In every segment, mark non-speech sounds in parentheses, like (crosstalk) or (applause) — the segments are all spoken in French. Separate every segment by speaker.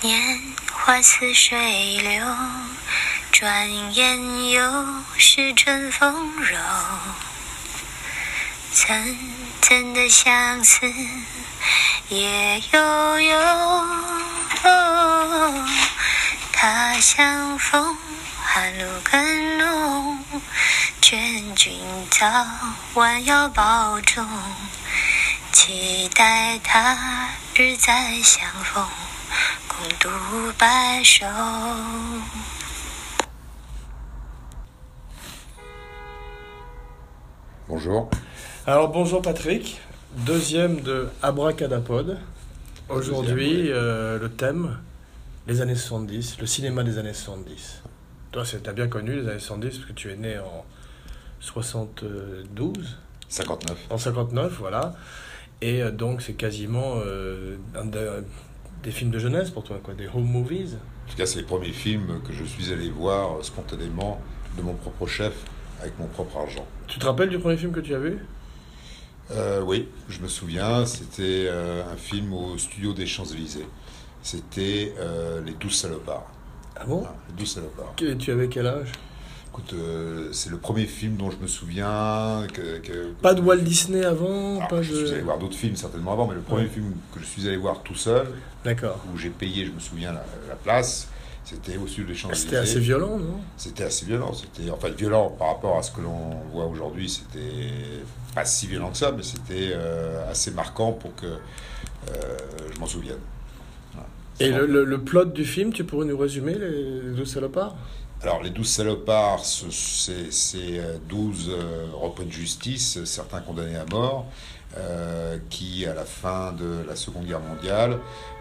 Speaker 1: 年华似水流，转眼又是春风柔。层层的相思也悠悠，他乡风寒露更浓，劝君早晚要保重，期待他日再相逢，共度白首。
Speaker 2: Bonjour.
Speaker 3: Alors bonjour Patrick, deuxième de Abracadapod. Aujourd'hui, euh, le thème, les années 70, le cinéma des années 70. Toi, c'est- t'as bien connu les années 70 parce que tu es né en 72,
Speaker 2: 59.
Speaker 3: en 59, voilà. Et euh, donc, c'est quasiment euh, un de- des films de jeunesse pour toi, quoi, des home movies.
Speaker 2: En tout cas, c'est les premiers films que je suis allé voir euh, spontanément de mon propre chef avec mon propre argent.
Speaker 3: Tu te rappelles du premier film que tu as vu
Speaker 2: Euh, oui, je me souviens, c'était euh, un film au studio des Champs-Élysées. C'était euh, Les Douze Salopards.
Speaker 3: Ah bon
Speaker 2: Ah, les Douze Salopards.
Speaker 3: Que- Tu avais quel âge
Speaker 2: Écoute, euh, c'est le premier film dont je me souviens. Que, que-
Speaker 3: Pas de Walt Disney avant,
Speaker 2: Alors,
Speaker 3: pas
Speaker 2: Je suis allé
Speaker 3: de...
Speaker 2: voir d'autres films certainement avant, mais le premier
Speaker 3: Ouais.
Speaker 2: film que je suis allé voir tout seul,
Speaker 3: D'accord.
Speaker 2: où j'ai payé, je me souviens, la, la place, c'était au studio des Champs-Élysées.
Speaker 3: Ah, C'était assez violent, non
Speaker 2: C'était assez violent. C'était enfin violent par rapport à ce que l'on voit aujourd'hui. C'était pas si violent que ça, mais c'était euh, assez marquant pour que euh, je m'en souvienne. Voilà.
Speaker 3: Et le, le- le plot du film, tu pourrais nous résumer les deux salopards
Speaker 2: Alors les douze salopards, ce- c'est c'est, euh, douze euh, repris de justice, certains condamnés à mort, euh, qui à la fin de la Seconde Guerre mondiale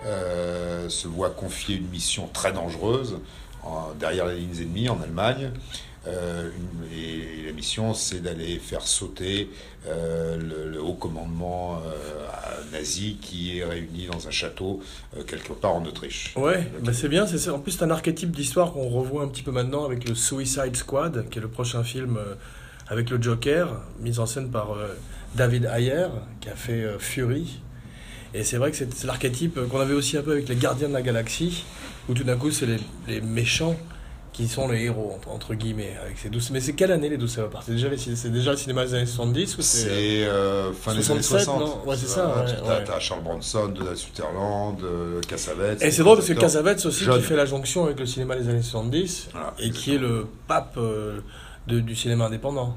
Speaker 2: euh, se voient confier une mission très dangereuse en- derrière les lignes ennemies en Allemagne. Euh, une- et, la mission, c'est d'aller faire sauter euh, le, le haut commandement euh, nazi qui est réuni dans un château euh, quelque part en Autriche.
Speaker 3: Ouais, bah c'est bien. c'est ça. En plus, c'est un archétype d'histoire qu'on revoit un petit peu maintenant avec le Suicide Squad, qui est le prochain film euh, avec le Joker, mis en scène par euh, David Ayer, qui a fait euh, Fury. Et c'est vrai que c'est c'est l'archétype euh, qu'on avait aussi un peu avec les Gardiens de la Galaxie, où tout d'un coup, c'est les, les méchants qui sont les héros, entre, entre guillemets. Avec ces douze... Mais c'est quelle année les douze salopards C'est déjà, les- c'est déjà le cinéma des années 70 ou c'est...
Speaker 2: C'est euh, fin des années
Speaker 3: 67,
Speaker 2: 60.
Speaker 3: non Ouais, c'est ça,
Speaker 2: Voilà,
Speaker 3: ouais,
Speaker 2: tu- T'as
Speaker 3: ouais.
Speaker 2: t'as Charles Bronson, de la Sutherland, euh, Cassavetes.
Speaker 3: Et
Speaker 2: des
Speaker 3: c'est drôle parce que
Speaker 2: acteurs.
Speaker 3: Cassavetes aussi
Speaker 2: jeune.
Speaker 3: qui fait la jonction avec le cinéma des années 70
Speaker 2: Voilà,
Speaker 3: et qui est
Speaker 2: exactement.
Speaker 3: le pape euh, de- du cinéma indépendant.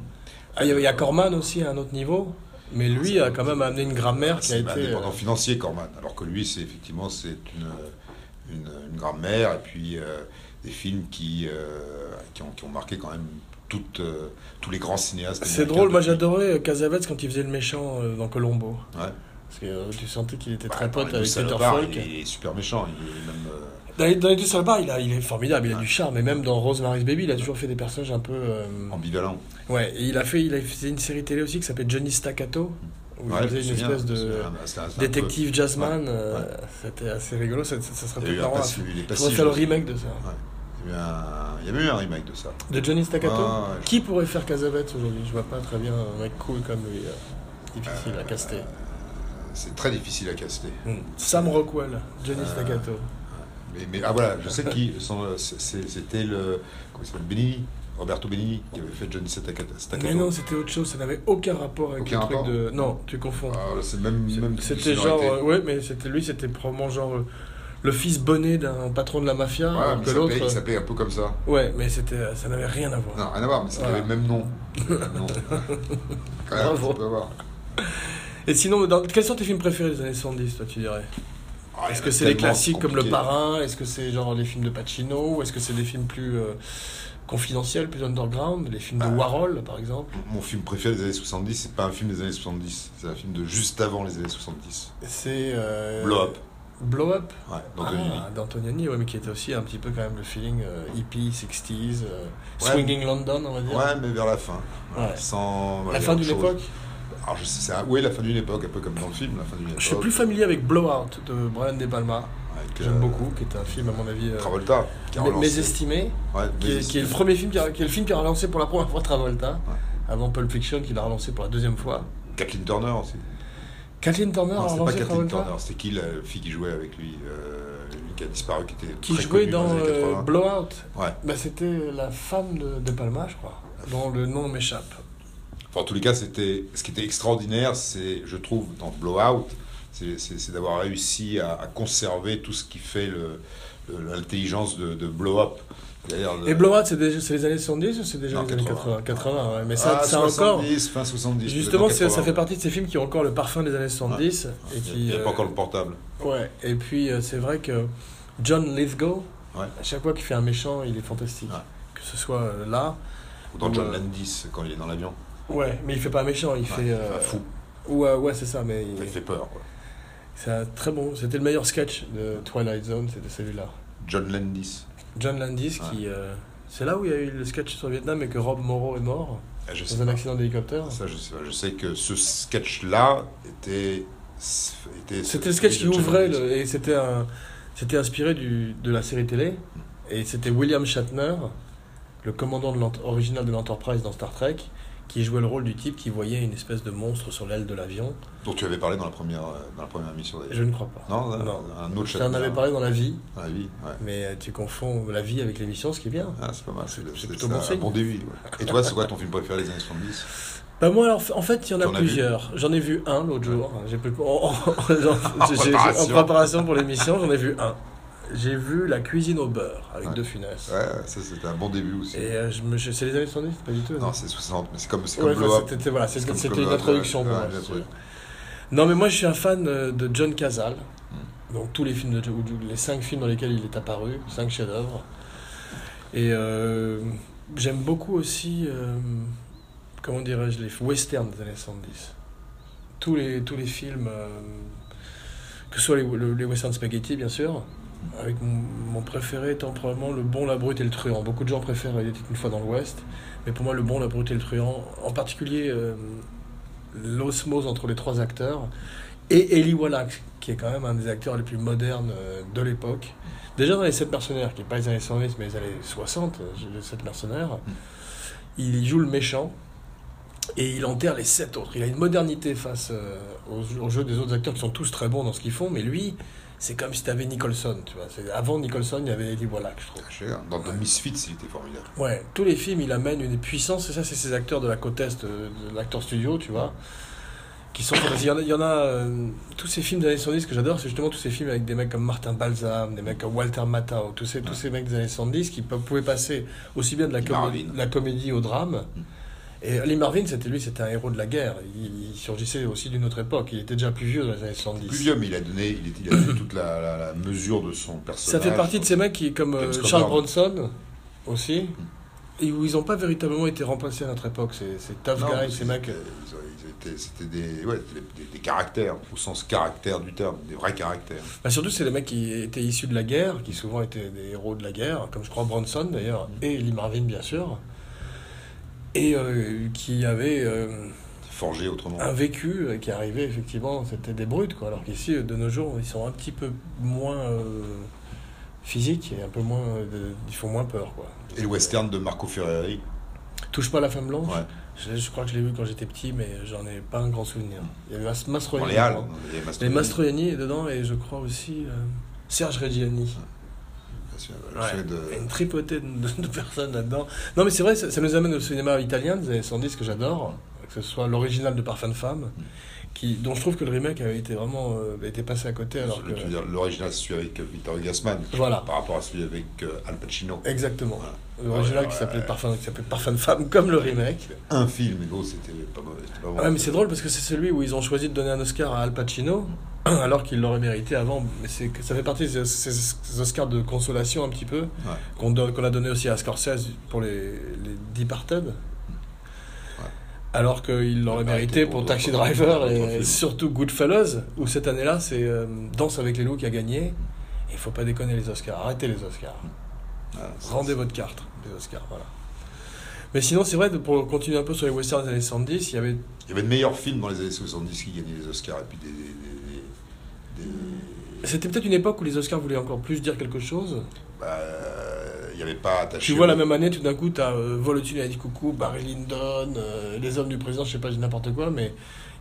Speaker 3: Ah, Il y, a- il y a Corman aussi à un autre niveau, mais lui a quand même amené une grammaire qui a
Speaker 2: Ah, C'est
Speaker 3: été... euh,
Speaker 2: un indépendant financier, Corman. Alors que lui, c'est effectivement c'est une, une, une grammaire et puis euh, des films qui, euh, qui, ont, qui ont marqué quand même toutes, euh, tous les grands cinéastes.
Speaker 3: C'est
Speaker 2: américains
Speaker 3: drôle, moi
Speaker 2: depuis-
Speaker 3: j'adorais euh, Cassavetes quand il faisait le méchant euh, dans Colombo.
Speaker 2: Ouais.
Speaker 3: Parce que euh, tu sentais qu'il était
Speaker 2: Ouais,
Speaker 3: très
Speaker 2: dans les
Speaker 3: pote avec
Speaker 2: Douze
Speaker 3: Peter
Speaker 2: Salopards,
Speaker 3: Falk.
Speaker 2: Il est super méchant. Il est même. euh,
Speaker 3: Dans les, dans les deux Salbars, il, a- il est formidable, il a
Speaker 2: Ouais.
Speaker 3: du charme. Et même dans Rosemary's Baby, il a toujours fait des personnages un peu... euh,
Speaker 2: Ambivalent.
Speaker 3: Ouais, et il a fait, il a fait une série télé aussi qui s'appelait Johnny Staccato, où
Speaker 2: Ouais,
Speaker 3: il
Speaker 2: je me
Speaker 3: faisait une
Speaker 2: souviens,
Speaker 3: espèce de...
Speaker 2: c'est un- c'est un- c'est un peu-
Speaker 3: Détective Jasmine,
Speaker 2: Ouais,
Speaker 3: euh, c'était assez rigolo, ça, ça- ça serait
Speaker 2: Il y a eu
Speaker 3: peut-être
Speaker 2: un
Speaker 3: marrant. à
Speaker 2: passif-
Speaker 3: faire.
Speaker 2: il est
Speaker 3: Il
Speaker 2: passif,
Speaker 3: faudrait faire le
Speaker 2: je-
Speaker 3: remake de ça.
Speaker 2: Il y a eu un- il y avait eu un remake de ça.
Speaker 3: De Johnny Staccato
Speaker 2: Ah, ouais.
Speaker 3: Qui pourrait faire Casabette aujourd'hui Je vois pas très bien un mec cool comme lui. euh, difficile à caster.
Speaker 2: Euh, C'est très difficile à caster.
Speaker 3: Hmm. Sam Rockwell, Johnny
Speaker 2: Euh,
Speaker 3: Staccato.
Speaker 2: Mais, mais- ah voilà, je sais qui son- c'est- c'était le comment il s'appelle Benigni, Roberto Benigni qui avait fait Johnny Staccato.
Speaker 3: Mais non, c'était autre chose, ça n'avait aucun rapport avec
Speaker 2: Aucun
Speaker 3: le truc
Speaker 2: rapport
Speaker 3: de. Non, tu confonds.
Speaker 2: Ah, c'est même même
Speaker 3: C'était genre.
Speaker 2: sonorité.
Speaker 3: euh, ouais, mais c'était lui, c'était probablement genre. euh, le fils bonnet d'un patron de la mafia,
Speaker 2: Ouais,
Speaker 3: alors
Speaker 2: mais
Speaker 3: que
Speaker 2: ça
Speaker 3: l'autre.
Speaker 2: paye- ça
Speaker 3: euh,
Speaker 2: paye un peu comme ça.
Speaker 3: Ouais, mais c'était, euh, ça n'avait rien à voir.
Speaker 2: Non, rien à voir, mais c'était
Speaker 3: Voilà.
Speaker 2: le même nom. Le même
Speaker 3: (laughs)
Speaker 2: nom. Quand même,
Speaker 3: Bravo.
Speaker 2: ça peut avoir.
Speaker 3: Et sinon, dans... quels sont tes films préférés des années 70, toi, tu dirais
Speaker 2: Ah,
Speaker 3: Est-ce
Speaker 2: il y en
Speaker 3: que
Speaker 2: a
Speaker 3: c'est les
Speaker 2: tellement,
Speaker 3: classiques comme Le
Speaker 2: compliqué.
Speaker 3: Parrain Est-ce que c'est genre les films de Pacino Ou est-ce que c'est des films plus euh, confidentiels, plus underground Les films de
Speaker 2: Ah.
Speaker 3: Warhol, par exemple
Speaker 2: Mon film préféré des années 70, c'est pas un film des années 70, c'est un film de juste avant les années 70.
Speaker 3: C'est... euh,
Speaker 2: Blow Up.
Speaker 3: Blow Up
Speaker 2: Ouais, d'Antonioni.
Speaker 3: Ah, d'Antonioni, ouais, mais qui était aussi un petit peu quand même le feeling euh, hippie, 60s, euh,
Speaker 2: Ouais.
Speaker 3: swinging London, on va dire.
Speaker 2: Ouais, mais vers la fin. Voilà,
Speaker 3: Ouais.
Speaker 2: Sans,
Speaker 3: La
Speaker 2: vers
Speaker 3: fin
Speaker 2: autre
Speaker 3: d'une
Speaker 2: chose.
Speaker 3: époque
Speaker 2: Alors, je sais, c'est un- Oui, la fin d'une époque, un peu comme dans le film, la fin d'une époque.
Speaker 3: Je suis plus familier avec Blowout de Brian De Palma,
Speaker 2: Avec,
Speaker 3: que
Speaker 2: euh,
Speaker 3: j'aime beaucoup, qui est un film, à mon avis, euh,
Speaker 2: Travolta, qui a
Speaker 3: mé-
Speaker 2: relancé.
Speaker 3: mésestimé.
Speaker 2: Ouais,
Speaker 3: qui est, qui est le premier film qui a, qui est le film qui a relancé pour la première fois Travolta,
Speaker 2: Ouais.
Speaker 3: avant Pulp Fiction qui l'a relancé pour la deuxième fois.
Speaker 2: Kathleen Turner aussi.
Speaker 3: Kathleen Turner
Speaker 2: Non,
Speaker 3: a
Speaker 2: c'est pas
Speaker 3: relancé
Speaker 2: Kathleen
Speaker 3: Travolta
Speaker 2: Turner, c'était qui la fille qui jouait avec lui, euh, lui qui a disparu, qui était
Speaker 3: Qui
Speaker 2: très
Speaker 3: jouait
Speaker 2: connue dans,
Speaker 3: dans
Speaker 2: les années
Speaker 3: euh,
Speaker 2: 80.
Speaker 3: Blowout
Speaker 2: Ouais.
Speaker 3: bah, C'était la femme de, de Palma, je crois, dont le nom m'échappe.
Speaker 2: Enfin, en tous les cas, c'était ce qui était extraordinaire, c'est, je trouve, dans Blowout, c'est- c'est c'est d'avoir réussi à, à conserver tout ce qui fait le- le- l'intelligence de, de Blow Up. C'est-à-dire le-
Speaker 3: Et Blowout, c'est déjà- c'est les années 70 ou c'est déjà
Speaker 2: Non,
Speaker 3: les années
Speaker 2: 80.
Speaker 3: 80 80, ouais. Mais ça,
Speaker 2: Ah,
Speaker 3: ça a encore.
Speaker 2: 70, fin 70.
Speaker 3: Justement,
Speaker 2: peut-être
Speaker 3: c'est- ça fait
Speaker 2: 80.
Speaker 3: partie de ces films qui ont encore le parfum des années 70.
Speaker 2: Il
Speaker 3: Et
Speaker 2: n'y
Speaker 3: qui,
Speaker 2: a, pas
Speaker 3: euh,
Speaker 2: encore le portable.
Speaker 3: Ouais, et puis euh, c'est vrai que John Lithgow,
Speaker 2: Ouais.
Speaker 3: à chaque fois qu'il fait un méchant, il est fantastique.
Speaker 2: Ouais.
Speaker 3: Que ce soit euh, là.
Speaker 2: Ou dans
Speaker 3: ou,
Speaker 2: John
Speaker 3: euh,
Speaker 2: Landis, quand il est dans l'avion.
Speaker 3: Ouais, mais il fait pas un méchant, il fait. euh,
Speaker 2: Enfin, fou.
Speaker 3: Ouais, ouais, c'est ça, mais. il-
Speaker 2: Il fait peur. quoi.
Speaker 3: C'est un très bon. C'était le meilleur sketch de Twilight Zone, c'était celui-là.
Speaker 2: John Landis.
Speaker 3: John Landis
Speaker 2: Ouais.
Speaker 3: qui. euh, c'est là où il y a eu le sketch sur le Vietnam et que Rob Moreau est mort
Speaker 2: Ah, Je sais
Speaker 3: dans un
Speaker 2: pas.
Speaker 3: accident d'hélicoptère.
Speaker 2: Ça, je sais pas. Je sais que ce sketch-là était. était
Speaker 3: C'était le sketch qui
Speaker 2: celui de John
Speaker 3: ouvrait
Speaker 2: Landis.
Speaker 3: le- et c'était un- c'était inspiré du, de la série télé et c'était William Shatner, le commandant de l'ent- original de l'Enterprise dans Star Trek, qui jouait le rôle du type qui voyait une espèce de monstre sur l'aile de l'avion.
Speaker 2: dont tu avais parlé dans la première, euh, dans la première émission. d'ailleurs.
Speaker 3: Je ne crois pas.
Speaker 2: Non,
Speaker 3: Non.
Speaker 2: un autre
Speaker 3: Je
Speaker 2: chat.
Speaker 3: t'en avais parlé dans la vie,
Speaker 2: Dans la vie, ouais.
Speaker 3: mais euh, tu confonds la vie avec l'émission, ce qui est bien.
Speaker 2: Ah, c'est pas mal, c'est c'est-
Speaker 3: plutôt
Speaker 2: c'est
Speaker 3: bon
Speaker 2: un
Speaker 3: signe.
Speaker 2: bon début. ouais. Et toi, c'est quoi ton film préféré des années 70
Speaker 3: (laughs) Bah moi alors f- en fait il y en a
Speaker 2: T'en as vu
Speaker 3: plusieurs. J'en ai vu un l'autre jour. J'ai plus
Speaker 2: (laughs)
Speaker 3: (laughs) en, en- j'ai- j'ai-
Speaker 2: préparation.
Speaker 3: en préparation pour l'émission j'en ai vu un. J'ai vu la cuisine au beurre avec
Speaker 2: Ouais.
Speaker 3: deux funesses.
Speaker 2: Ouais, ça c'était un bon début aussi.
Speaker 3: Et euh, je me, je- c'est les années 70 pas du tout.
Speaker 2: Non, c'est 60, mais c'est comme, c'est
Speaker 3: Ouais,
Speaker 2: comme
Speaker 3: enfin,
Speaker 2: Blow Up.
Speaker 3: c'était voilà,
Speaker 2: C'est
Speaker 3: c'était
Speaker 2: comme
Speaker 3: c'était
Speaker 2: Blow
Speaker 3: une
Speaker 2: Up,
Speaker 3: introduction
Speaker 2: euh, ouais,
Speaker 3: pour
Speaker 2: ouais,
Speaker 3: moi.
Speaker 2: bien sûr.
Speaker 3: Non mais moi je suis un fan euh, de John Cazale. Donc tous les films de ou les cinq films dans lesquels il est apparu, cinq chefs-d'œuvre. Et euh, j'aime beaucoup aussi euh, comment dirais-je les westerns des années 70. Tous les tous les films euh, que ce soit les, le- les westerns spaghetti bien sûr. Avec mon, mon préféré étant probablement Le Bon, la Brute et le Truand. Beaucoup de gens préfèrent Il était une fois dans l'Ouest, mais pour moi, Le Bon, la Brute et le Truand, en particulier euh, l'osmose entre les trois acteurs et Eli Wallach, qui est quand même un des acteurs les plus modernes euh, de l'époque. Déjà dans Les Sept Mercenaires, qui n'est pas les années 70, mais les années 60, euh, Les Sept Mercenaires, il joue le méchant et il enterre les sept autres. Il a une modernité face euh, aux, aux jeux des autres acteurs qui sont tous très bons dans ce qu'ils font, mais lui, c'est comme si tu avais Nicholson. Tu vois. C'est- Avant Nicholson, il y avait Eli Wallach, je trouve.
Speaker 2: Je sais, Dans The Misfits, il était formidable.
Speaker 3: Ouais, tous les films, il amène une puissance, et ça, c'est ces acteurs de la côte est, euh, de l'acteur studio, tu vois, qui sont fantastiques. Il y en a, il y en a, euh, tous ces films des années 70 que j'adore, c'est justement tous ces films avec des mecs comme Martin Balsam, des mecs comme Walter Matthau, tous ces, tous ces mecs des années 70 qui pe- pouvaient passer aussi bien de la,
Speaker 2: Les
Speaker 3: comé-
Speaker 2: Marvin.
Speaker 3: de la comédie au drame. Et Lee Marvin, c'était lui, c'était un héros de la guerre. Il, il surgissait aussi d'une autre époque. Il était déjà plus vieux dans les années 70.
Speaker 2: Plus vieux, mais il a donné, il est- il a donné toute la, la- la mesure de son
Speaker 3: Ça
Speaker 2: personnage.
Speaker 3: fait partie de ces mecs qui, comme euh,
Speaker 2: James Mm.
Speaker 3: Charles
Speaker 2: Coburn.
Speaker 3: Bronson aussi, et où ils n'ont pas véritablement été remplacés à notre époque. C'est c'est tough
Speaker 2: Non,
Speaker 3: guys,
Speaker 2: c'est-
Speaker 3: ces mecs.
Speaker 2: euh, ils ont- ils étaient- C'était des, ouais, des, des- des caractères, au sens caractère du terme, des vrais caractères.
Speaker 3: Bah, surtout, c'est des mecs qui étaient issus de la guerre, qui souvent étaient des héros de la guerre, comme je crois Bronson
Speaker 2: Mm.
Speaker 3: d'ailleurs, et Lee Marvin bien sûr, et euh, qui avaient euh,
Speaker 2: Forgés autrement.
Speaker 3: un vécu euh, qui arrivait effectivement, c'était des brutes quoi. Alors qu'ici, euh, de nos jours, ils sont un petit peu moins euh, physiques et un peu moins, euh, de- ils font moins peur quoi.
Speaker 2: Et le western de Marco Ferreri.
Speaker 3: Touche pas la femme blanche.
Speaker 2: Ouais.
Speaker 3: Je, je crois que je l'ai vu quand j'étais petit, mais j'en ai pas un grand souvenir. Il y avait Mas-
Speaker 2: Dans
Speaker 3: Mastroianni.
Speaker 2: les Halles.
Speaker 3: dedans.
Speaker 2: Les
Speaker 3: Les
Speaker 2: Mastroianni.
Speaker 3: Mastroianni est dedans et je crois aussi euh, Serge Reggiani.
Speaker 2: Bien sûr, je
Speaker 3: Ouais.
Speaker 2: sais euh, de-
Speaker 3: Il y a Une tripotée de, de- de personnes là-dedans. Non, mais c'est vrai, ça, ça nous amène au cinéma italien des années 110 que j'adore, que ce soit l'original de Parfum de Femme, qui, dont je trouve que le remake avait été vraiment euh, avait été passé à côté. Alors
Speaker 2: Le-
Speaker 3: que,
Speaker 2: tu veux dire, L'original, c'est celui avec euh, Victor Gassman.
Speaker 3: Voilà.
Speaker 2: Par rapport à celui avec euh, Al Pacino.
Speaker 3: Exactement.
Speaker 2: Voilà.
Speaker 3: L'original
Speaker 2: Ouais,
Speaker 3: qui
Speaker 2: ouais,
Speaker 3: s'appelait
Speaker 2: ouais.
Speaker 3: Parfum, qui s'appelait Parfum de Femme, comme le remake.
Speaker 2: Un film, et l'autre, c'était pas mauvais. c'était pas
Speaker 3: Ah
Speaker 2: mauvais.
Speaker 3: Ouais, mais c'est drôle parce que c'est celui où ils ont choisi de donner un Oscar à Al Pacino, (clears throat) alors qu'il l'aurait mérité avant. Mais c'est que ça fait partie de ces, ces Oscars de consolation un petit peu
Speaker 2: Ouais.
Speaker 3: qu'on donne- qu'on a donné aussi à Scorsese pour les, les Departed. Alors qu'il l'aurait mérité pour,
Speaker 2: d'autres-
Speaker 3: Taxi
Speaker 2: pour
Speaker 3: Driver
Speaker 2: d'autres
Speaker 3: et
Speaker 2: films.
Speaker 3: surtout Goodfellas, où cette année-là, c'est euh, Danse avec les loups qui a gagné. Il faut pas déconner les Oscars, arrêtez les Oscars.
Speaker 2: Ah, c'est-
Speaker 3: Rendez votre carte des Oscars, voilà. Mais sinon, c'est vrai, de- pour continuer un peu sur les westerns des années 70, il y avait
Speaker 2: Il y avait de meilleurs films dans les années 70 qui gagnaient les Oscars. Et puis des. des- des- des-
Speaker 3: C'était peut-être une époque où les Oscars voulaient encore plus dire quelque chose.
Speaker 2: bah, euh, il n'y avait pas attaché.
Speaker 3: Tu vois,
Speaker 2: au-
Speaker 3: la même année, tout d'un coup, t'as euh, Volotin a dit coucou, Barry Lyndon, euh, les hommes du président, je sais pas, je dis n'importe quoi, mais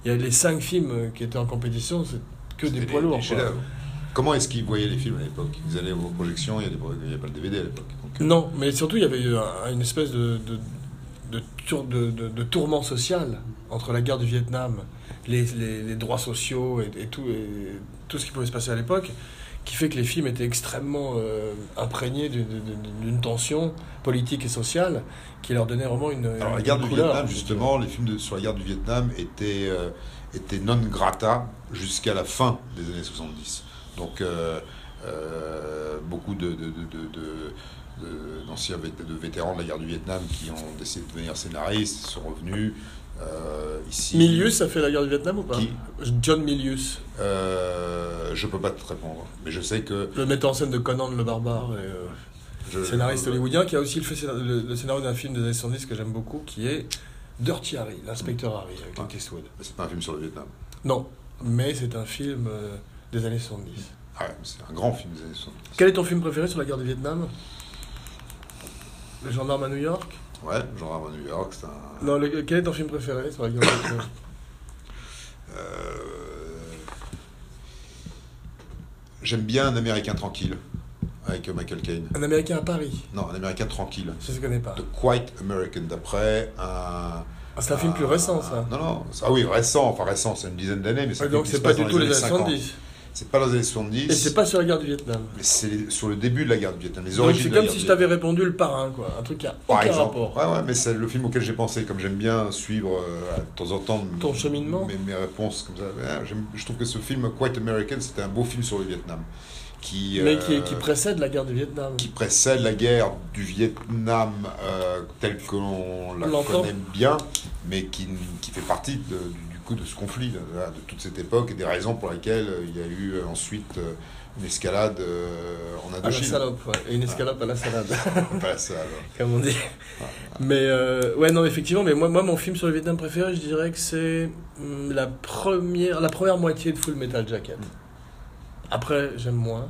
Speaker 3: il y a les cinq films euh, qui étaient en compétition, c'est que des
Speaker 2: C'était
Speaker 3: poids
Speaker 2: des-
Speaker 3: lourds.
Speaker 2: des
Speaker 3: quoi.
Speaker 2: chefs-d'œuvre. Comment est-ce qu'ils voyaient les films à l'époque Ils allaient aux projections, il n'y avait pas le DVD à l'époque. donc, euh,
Speaker 3: Non, mais surtout, il y avait eu un- une espèce de, de, de, tour- de- de- de tourment social entre la guerre du Vietnam, les, les- les droits sociaux et, et tout, et tout ce qui pouvait se passer à l'époque, qui fait que les films étaient extrêmement euh, imprégnés d'une- d'une d'une tension politique et sociale qui leur donnait vraiment une.
Speaker 2: Alors, la
Speaker 3: une
Speaker 2: guerre du
Speaker 3: couleur.
Speaker 2: Vietnam, justement, les films de- sur la guerre du Vietnam étaient, euh, étaient non grata jusqu'à la fin des années 70. Donc, euh, euh, beaucoup de, de, de, de- de- de- d'anciens vét- de vétérans de la guerre du Vietnam qui ont décidé de devenir scénaristes sont revenus euh, ici.
Speaker 3: Milius a fait la guerre du Vietnam ou pas
Speaker 2: Qui
Speaker 3: John Milius,
Speaker 2: Euh, Je peux pas te répondre, mais je sais que.
Speaker 3: le metteur en scène de Conan le barbare. et, euh,
Speaker 2: je-
Speaker 3: Scénariste hollywoodien qui a aussi fait scénar- le, le scénario d'un film des années 70 que j'aime beaucoup qui est Dirty Harry, l'inspecteur Harry avec Clint
Speaker 2: Ouais.
Speaker 3: Eastwood.
Speaker 2: C'est pas un film sur le Vietnam.
Speaker 3: Non, mais c'est un film euh, des années 70.
Speaker 2: Ah ouais, c'est un grand film des années 70.
Speaker 3: Quel est ton film préféré sur la guerre du Vietnam Le gendarme à New York
Speaker 2: Ouais, genre à New York, c'est un.
Speaker 3: Non, le- quel est ton film préféré sur la guerre du Vietnam
Speaker 2: Euh, J'aime bien Un Américain tranquille avec Michael Caine.
Speaker 3: (coughs) Un Américain à Paris,
Speaker 2: Non, Un Américain tranquille.
Speaker 3: je ne connais pas.
Speaker 2: The Quiet American d'après un.
Speaker 3: Ah, c'est un film plus récent ça.
Speaker 2: Non, non. Ah oui, récent. Enfin, récent, c'est une dizaine d'années, mais c'est
Speaker 3: Ah,
Speaker 2: un
Speaker 3: donc
Speaker 2: film
Speaker 3: c'est
Speaker 2: qui
Speaker 3: pas
Speaker 2: se passe
Speaker 3: du
Speaker 2: dans
Speaker 3: tout les années
Speaker 2: 50.
Speaker 3: 70.
Speaker 2: C'est pas dans les années 70.
Speaker 3: Et c'est pas sur la guerre du Vietnam.
Speaker 2: mais c'est sur le début de la guerre du Vietnam. Les
Speaker 3: Donc
Speaker 2: origines
Speaker 3: c'est
Speaker 2: de la
Speaker 3: comme
Speaker 2: guerre
Speaker 3: si
Speaker 2: du
Speaker 3: je t'avais répondu le parrain quoi, un truc qui a
Speaker 2: Par
Speaker 3: aucun
Speaker 2: exemple.
Speaker 3: rapport.
Speaker 2: Ouais, ouais, mais c'est le film auquel j'ai pensé. Comme j'aime bien suivre euh, de temps en temps m-
Speaker 3: Ton cheminement.
Speaker 2: mes, mes réponses comme ça. Ah, j'aime- je trouve que ce film, Quite American, c'était un beau film sur le Vietnam. Qui,
Speaker 3: Mais
Speaker 2: euh,
Speaker 3: qui, qui précède la guerre du Vietnam.
Speaker 2: qui précède la guerre du Vietnam euh, telle que l'on la
Speaker 3: L'entend.
Speaker 2: connaît bien, mais qui, qui fait partie de- du, du coup de ce conflit, de, de toute cette époque et des raisons pour lesquelles il y a eu euh, ensuite euh, une escalade euh, en
Speaker 3: À la
Speaker 2: Indochine.
Speaker 3: salope, ouais. Et une escalope à la salade,
Speaker 2: Pas la salade.
Speaker 3: comme on dit. Mais euh, ouais, non, effectivement, mais moi, moi, mon film sur le Vietnam préféré, je dirais que c'est hum, la première, la première moitié de Full Metal Jacket. Après, j'aime moins.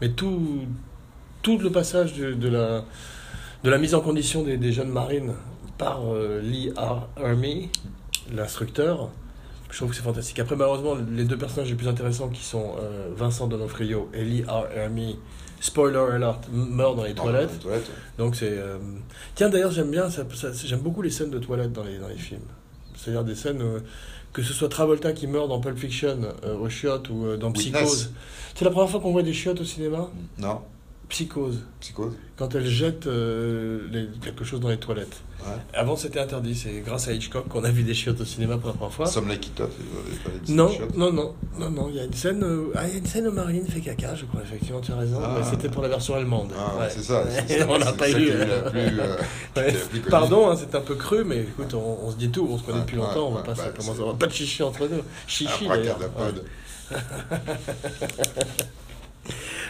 Speaker 3: Mais tout, tout le passage de, de la, de la mise en condition des, des jeunes marines par euh, Lee Ar- Army, l'instructeur, je trouve que c'est fantastique. Après, malheureusement, les deux personnages les plus intéressants qui sont euh, Vincent Donofrio et Lee R. Army, spoiler alert, m- meurt dans les
Speaker 2: Dans
Speaker 3: toilettes.
Speaker 2: les toilettes, ouais.
Speaker 3: Donc c'est. euh, Tiens, d'ailleurs, j'aime bien, ça, ça- j'aime beaucoup les scènes de toilettes dans les, dans les films. C'est-à-dire des scènes, euh, que ce soit Travolta qui meurt dans Pulp Fiction, euh, aux chiottes ou euh, dans
Speaker 2: Witness.
Speaker 3: Psychose. C'est la première fois qu'on voit des chiottes au cinéma
Speaker 2: Non,
Speaker 3: Psychose.
Speaker 2: psychose.
Speaker 3: Quand elle jette euh, les- quelque chose dans les toilettes.
Speaker 2: Ouais.
Speaker 3: Avant, c'était interdit. C'est grâce à Hitchcock qu'on a vu des chiottes au cinéma pour la première fois.
Speaker 2: Somme Like It Hot, euh, les toilettes, c'est
Speaker 3: Non,
Speaker 2: des chiottes.
Speaker 3: non, non, non, non, il y a une scène, euh, ah, il y a une scène où Marilyn fait caca, je crois, effectivement, tu as raison,
Speaker 2: Ah.
Speaker 3: Mais c'était pour la version allemande.
Speaker 2: Ah,
Speaker 3: Ouais.
Speaker 2: C'est ça, c'est
Speaker 3: (laughs)
Speaker 2: ça,
Speaker 3: on n'a
Speaker 2: c'est
Speaker 3: pas
Speaker 2: ça
Speaker 3: eu.
Speaker 2: qui est la
Speaker 3: (laughs)
Speaker 2: plus, euh, qui
Speaker 3: Ouais.
Speaker 2: est la plus connue.
Speaker 3: Pardon, hein, c'est un peu creux, mais écoute, on, on se dit tout, on se connaît
Speaker 2: Ouais,
Speaker 3: depuis
Speaker 2: ouais,
Speaker 3: longtemps, on va
Speaker 2: ouais,
Speaker 3: pas,
Speaker 2: bah,
Speaker 3: se- commencer-
Speaker 2: c'est-
Speaker 3: on va pas de chichi entre nous. Chichi d'ailleurs.
Speaker 2: Abracadapod.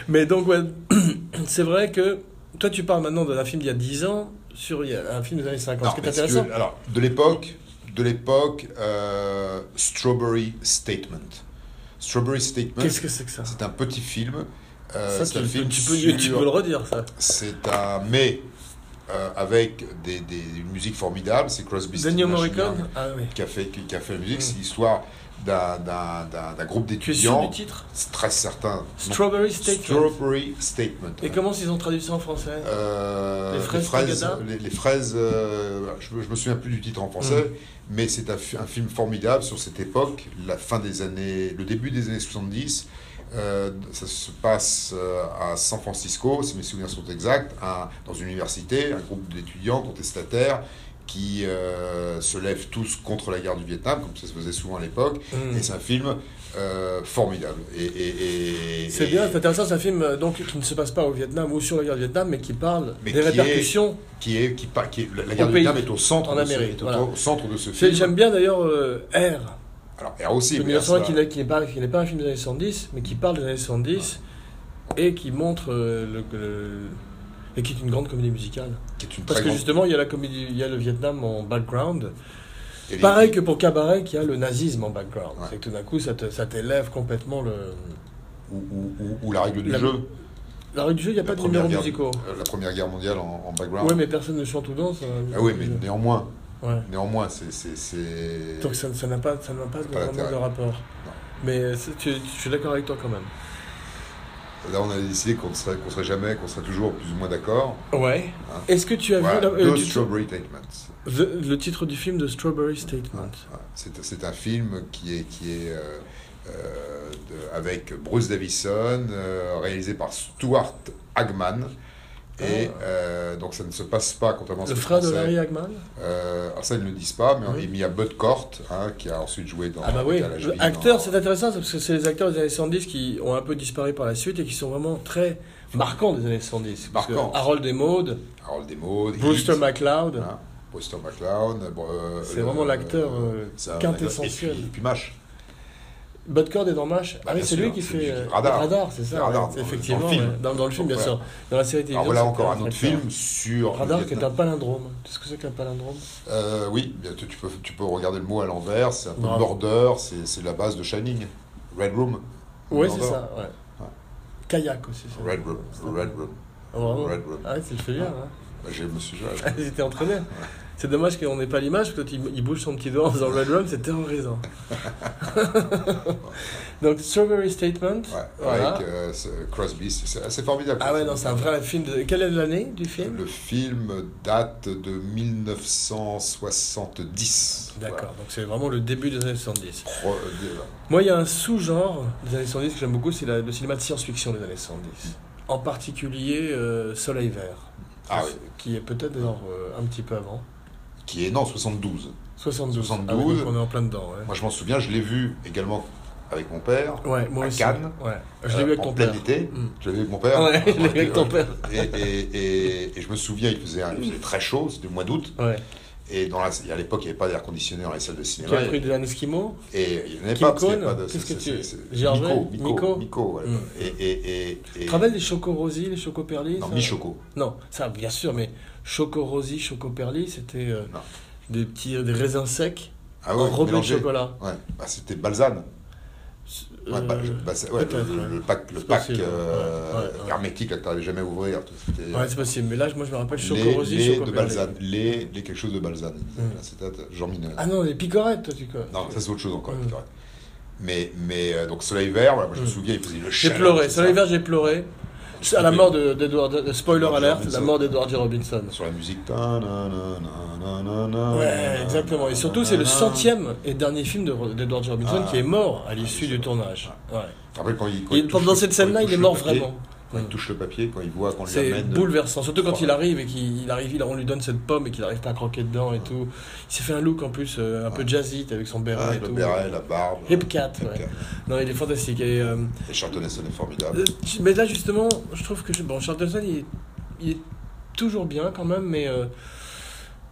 Speaker 3: Mais donc, ouais, (clears throat) c'est vrai que toi, tu parles maintenant d'un film d'il y a 10 ans sur il y a un film des années 50.
Speaker 2: Non,
Speaker 3: ce qui est
Speaker 2: mais si
Speaker 3: intéressant,
Speaker 2: tu veux, alors, de l'époque, de l'époque, euh, Strawberry Statement. Strawberry Statement,
Speaker 3: qu'est-ce que c'est que ça
Speaker 2: c'est un petit film. euh,
Speaker 3: Ça,
Speaker 2: c'est
Speaker 3: tu,
Speaker 2: un
Speaker 3: tu-
Speaker 2: film
Speaker 3: tu peux, tu
Speaker 2: sur-
Speaker 3: peux le redire, ça.
Speaker 2: C'est un mais euh, avec des, des, une musique formidable. C'est Crosby, Stills,
Speaker 3: Daniel
Speaker 2: Nash Young
Speaker 3: Morricone Ah oui.
Speaker 2: qui a fait qui, qui a fait la musique.
Speaker 3: Mm.
Speaker 2: C'est l'histoire d'un- d'un d'un- d'un groupe
Speaker 3: Tu es sûr du
Speaker 2: d'étudiants.
Speaker 3: titre
Speaker 2: C'est très certain. Non.
Speaker 3: Strawberry Statement.
Speaker 2: Strawberry Statement.
Speaker 3: Et comment ils ont traduit ça en français
Speaker 2: Euh,
Speaker 3: Les
Speaker 2: les
Speaker 3: fraises
Speaker 2: fraises,
Speaker 3: Tagada
Speaker 2: les, les fraises euh, je, me- je me souviens plus du titre en français,
Speaker 3: Mm.
Speaker 2: mais c'est un, fi- un film formidable sur cette époque, la fin des années, le début des années 70. Euh, ça se passe euh, à San Francisco, si mes souvenirs sont exacts, un- dans une université, un groupe d'étudiants contestataires qui euh, se lèvent tous contre la guerre du Vietnam, comme ça se faisait souvent à l'époque.
Speaker 3: Hmm.
Speaker 2: Et c'est un film euh, formidable. Et, et- et-
Speaker 3: C'est
Speaker 2: et-
Speaker 3: bien, c'est intéressant, c'est un film euh, donc, qui ne se passe pas au Vietnam ou sur la guerre du Vietnam, mais qui parle
Speaker 2: Mais
Speaker 3: des
Speaker 2: qui est-
Speaker 3: répercussions
Speaker 2: qui est qui, par- qui est- la, la guerre
Speaker 3: Au
Speaker 2: du
Speaker 3: pays.
Speaker 2: Vietnam est au centre
Speaker 3: En
Speaker 2: de
Speaker 3: Amérique,
Speaker 2: ce, est au-
Speaker 3: voilà.
Speaker 2: au centre de ce
Speaker 3: C'est-
Speaker 2: film.
Speaker 3: J'aime bien d'ailleurs euh, R,
Speaker 2: Alors R aussi,
Speaker 3: de
Speaker 2: mais R, c'est
Speaker 3: 1901, qui
Speaker 2: pas-
Speaker 3: n'est qui n'est pas, qui n'est pas un film des années 70, mais qui parle des années 70 et qui montre euh, le, le- et qui est une grande comédie musicale.
Speaker 2: euh, qui est une
Speaker 3: Parce
Speaker 2: très
Speaker 3: que
Speaker 2: grande-
Speaker 3: justement, il y a la comédie, il y a le Vietnam en background.
Speaker 2: et les-
Speaker 3: Pareil que pour Cabaret, qui a le nazisme en background.
Speaker 2: Ouais.
Speaker 3: C'est que tout d'un coup, ça te- ça t'élève complètement le.
Speaker 2: ou, ou- ou- ou la règle du
Speaker 3: La-
Speaker 2: jeu.
Speaker 3: La rue du jeu, il n'y a
Speaker 2: la
Speaker 3: pas de
Speaker 2: Première Guerre-
Speaker 3: numéros musicaux.
Speaker 2: euh, la Première Guerre mondiale en, en background.
Speaker 3: Ouais, mais personne ne chante ou danse. euh,
Speaker 2: Ah oui, Ah mais néanmoins,
Speaker 3: Ouais.
Speaker 2: Néanmoins, c'est. c'est- c'est-
Speaker 3: Donc ça ça n'a pas, ça n'a pas
Speaker 2: C'est pas
Speaker 3: vraiment de
Speaker 2: l'intérêt.
Speaker 3: rapport.
Speaker 2: Non.
Speaker 3: Mais euh, c'est- tu- je suis d'accord avec toi quand même.
Speaker 2: Là, on a décidé qu'on serait, qu'on serait jamais, qu'on serait toujours plus ou moins d'accord.
Speaker 3: Ouais.
Speaker 2: Hein.
Speaker 3: Est-ce que tu as
Speaker 2: Voilà,
Speaker 3: vu la- euh,
Speaker 2: Those
Speaker 3: du-
Speaker 2: Strawberry Tatements.
Speaker 3: The- le titre du film de Strawberry Statement
Speaker 2: Ouais. C'est, c'est un film qui est, qui est euh, euh, de- avec Bruce Davison, euh, réalisé par Stuart Hagman. Et
Speaker 3: Ah.
Speaker 2: euh, donc ça ne se passe pas, contrairement à ce
Speaker 3: Le
Speaker 2: que je
Speaker 3: frère de
Speaker 2: pensais.
Speaker 3: Larry Hagman
Speaker 2: Euh, alors ça, ils ne le disent pas, mais on
Speaker 3: Oui.
Speaker 2: est mis à Bud Cort, hein, qui a ensuite joué dans...
Speaker 3: Ah bah oui,
Speaker 2: dans la Jevine,
Speaker 3: acteur,
Speaker 2: dans-
Speaker 3: c'est intéressant parce que c'est les acteurs des années 70 qui ont un peu disparu par la suite et qui sont vraiment très marquants des années 70. Parce que
Speaker 2: Marquants.
Speaker 3: Harold Desmaudes,
Speaker 2: Harold Desmond, Heat,
Speaker 3: Brewster McLeod,
Speaker 2: hein, Brewster McLeod. euh, bon, euh,
Speaker 3: C'est
Speaker 2: le-
Speaker 3: vraiment l'acteur, euh,
Speaker 2: c'est un-
Speaker 3: quintessentiel.
Speaker 2: Et puis, et puis Mash.
Speaker 3: Bud Cort est dans MASH.
Speaker 2: Bah,
Speaker 3: ah oui,
Speaker 2: bien
Speaker 3: c'est
Speaker 2: sûr,
Speaker 3: lui qui
Speaker 2: c'est
Speaker 3: fait
Speaker 2: lui qui-
Speaker 3: euh,
Speaker 2: Radar.
Speaker 3: c'est
Speaker 2: C'est
Speaker 3: ça.
Speaker 2: Radar,
Speaker 3: ouais,
Speaker 2: dans
Speaker 3: c'est
Speaker 2: le-
Speaker 3: effectivement,
Speaker 2: dans le film.
Speaker 3: ouais, dans, dans le film,
Speaker 2: Donc,
Speaker 3: bien
Speaker 2: voilà.
Speaker 3: sûr. Dans la série télévisée.
Speaker 2: Alors voilà
Speaker 3: c'est
Speaker 2: encore un autre
Speaker 3: acteur.
Speaker 2: film sur... le
Speaker 3: Radar qui est
Speaker 2: Vietnam.
Speaker 3: un palindrome. Tu sais ce que c'est qu'un palindrome
Speaker 2: Euh, oui, bien, tu, tu peux, tu peux regarder le mot à l'envers, c'est un peu
Speaker 3: Bravo.
Speaker 2: border, c'est c'est la base de Shining. Red Room.
Speaker 3: Oui,
Speaker 2: Border.
Speaker 3: c'est ça. ouais.
Speaker 2: Ouais.
Speaker 3: Kayak aussi. c'est-
Speaker 2: Red Room,
Speaker 3: c'est-
Speaker 2: Red Room.
Speaker 3: Ah, vraiment
Speaker 2: Red Room.
Speaker 3: Ah ouais, tu le fais bien. hein.
Speaker 2: Bah, je me suis...
Speaker 3: (laughs)
Speaker 2: je-
Speaker 3: Ils étaient entraînés. C'est dommage qu'on n'ait pas l'image, parce que quand il il bouge son petit doigt en faisant Red Rum,
Speaker 2: (laughs)
Speaker 3: c'est terrorisant. Donc, Strawberry Statement.
Speaker 2: Ouais,
Speaker 3: voilà.
Speaker 2: avec euh, ce- Crosby, c'est c'est assez formidable.
Speaker 3: Ah ouais, non, c'est un vrai film. de- Quelle est l'année du film
Speaker 2: Le film date de 1970.
Speaker 3: D'accord, donc c'est vraiment le début des années 70.
Speaker 2: Voilà. Pro- euh,
Speaker 3: Moi, il y a un sous-genre des années 70 que j'aime beaucoup, c'est la- le cinéma de science-fiction des années 70. En particulier euh, Soleil Vert,
Speaker 2: Ah oui,
Speaker 3: qui est peut-être d'ailleurs euh, un petit peu avant.
Speaker 2: qui est non 72.
Speaker 3: 72.
Speaker 2: 72.
Speaker 3: Ah oui, donc on est en plein dedans, ouais.
Speaker 2: Moi je m'en souviens, je l'ai vu également avec mon père.
Speaker 3: Ouais, moi
Speaker 2: À
Speaker 3: aussi.
Speaker 2: Cannes.
Speaker 3: Ouais. Je l'ai
Speaker 2: euh,
Speaker 3: vu avec
Speaker 2: en
Speaker 3: ton
Speaker 2: plein
Speaker 3: père.
Speaker 2: été.
Speaker 3: Mm.
Speaker 2: Je l'ai vu avec mon père.
Speaker 3: Ouais, je l'ai vu avec ton père.
Speaker 2: Et, et, et- et je me souviens, il faisait, un- il faisait très chaud, c'était le mois d'août.
Speaker 3: Ouais.
Speaker 2: Et dans la, à l'époque, il n'y avait pas d'air conditionné dans les salles de
Speaker 3: Tu
Speaker 2: cinéma.
Speaker 3: as pris de l'esquimau
Speaker 2: Et il n'y en avait
Speaker 3: Kim
Speaker 2: pas. parce qu'il y avait
Speaker 3: Cohn,
Speaker 2: pas de-
Speaker 3: qu'est-ce
Speaker 2: c'est-
Speaker 3: que
Speaker 2: c'est-
Speaker 3: tu-
Speaker 2: c'est-
Speaker 3: Gervais,
Speaker 2: Nico, Nico,
Speaker 3: Nico
Speaker 2: Nico, ouais.
Speaker 3: Mm.
Speaker 2: Et, et, et, et-
Speaker 3: Tu te rappelles des Choco Rosy, les Choco Perlis
Speaker 2: Non,
Speaker 3: ça
Speaker 2: Michoco.
Speaker 3: Non, ça, bien sûr, mais Choco Rosy, Choco Perlis, c'était euh,
Speaker 2: Non.
Speaker 3: des petits euh, des raisins secs
Speaker 2: Ah
Speaker 3: en rebut de
Speaker 2: mélangé.
Speaker 3: chocolat.
Speaker 2: Ouais, bah, c'était Balzane. Ouais,
Speaker 3: Euh,
Speaker 2: bah, je- bah, c'est- ouais, le,
Speaker 3: peut-être,
Speaker 2: le-
Speaker 3: ouais.
Speaker 2: le pack, le
Speaker 3: C'est
Speaker 2: pack
Speaker 3: possible,
Speaker 2: euh,
Speaker 3: ouais, ouais, ouais.
Speaker 2: hermétique là, que tu n'arrivais jamais à ouvrir. tout, C'était
Speaker 3: Ouais, c'est possible, mais là, moi, je me rappelle Choco
Speaker 2: bah, les,
Speaker 3: Rosy,
Speaker 2: les
Speaker 3: Choco
Speaker 2: de
Speaker 3: Perlis.
Speaker 2: Balzane. Les, les quelque chose de Balzane.
Speaker 3: Mm.
Speaker 2: Là, C'était Jean Mineur.
Speaker 3: Ah non, les picorettes, toi, tu connais.
Speaker 2: Non, ça c'est autre chose encore.
Speaker 3: Mm.
Speaker 2: correct. Mais, mais euh, donc Soleil Vert, voilà, moi, je me
Speaker 3: Mm.
Speaker 2: souviens, il faisait le
Speaker 3: J'ai
Speaker 2: challenge,
Speaker 3: pleuré,
Speaker 2: c'est
Speaker 3: Soleil
Speaker 2: ça,
Speaker 3: Vert, j'ai pleuré. C'est À la mort de- d'Edward, de, spoiler
Speaker 2: Robinson.
Speaker 3: alert, la mort d'Edward J. Robinson.
Speaker 2: Sur la musique. Ta na na na na na na
Speaker 3: Ouais,
Speaker 2: na
Speaker 3: exactement.
Speaker 2: na
Speaker 3: Et surtout,
Speaker 2: na
Speaker 3: c'est
Speaker 2: na
Speaker 3: le
Speaker 2: na.
Speaker 3: centième et dernier film de- d'Edward J. Robinson
Speaker 2: Ah.
Speaker 3: qui est mort à l'issue
Speaker 2: Ah,
Speaker 3: du
Speaker 2: oui.
Speaker 3: tournage. Ouais.
Speaker 2: Tu te rappelles quand il, quand
Speaker 3: Et
Speaker 2: il touche
Speaker 3: dans
Speaker 2: le-
Speaker 3: cette
Speaker 2: quand
Speaker 3: scène-là, il
Speaker 2: touche
Speaker 3: est
Speaker 2: le
Speaker 3: mort
Speaker 2: papier,
Speaker 3: vraiment.
Speaker 2: Quand il touche le papier, quand il voit qu'on lui
Speaker 3: C'est
Speaker 2: amène.
Speaker 3: bouleversant, surtout quand
Speaker 2: Voilà.
Speaker 3: il arrive et qu'il il arrive, il- on lui donne cette pomme et qu'il arrive pas à croquer dedans et tout. Il s'est fait un look en plus euh, un peu jazzy avec son béret
Speaker 2: Ah,
Speaker 3: et
Speaker 2: le
Speaker 3: tout.
Speaker 2: béret, la barbe.
Speaker 3: Hip Cat, ouais.
Speaker 2: Cat.
Speaker 3: Non, il est fantastique. Et, euh,
Speaker 2: Et Charlton Heston est formidable.
Speaker 3: euh, tu- mais là, justement, je trouve que. je- Bon, Charles Dodson, il, est- il est toujours bien quand même, mais euh,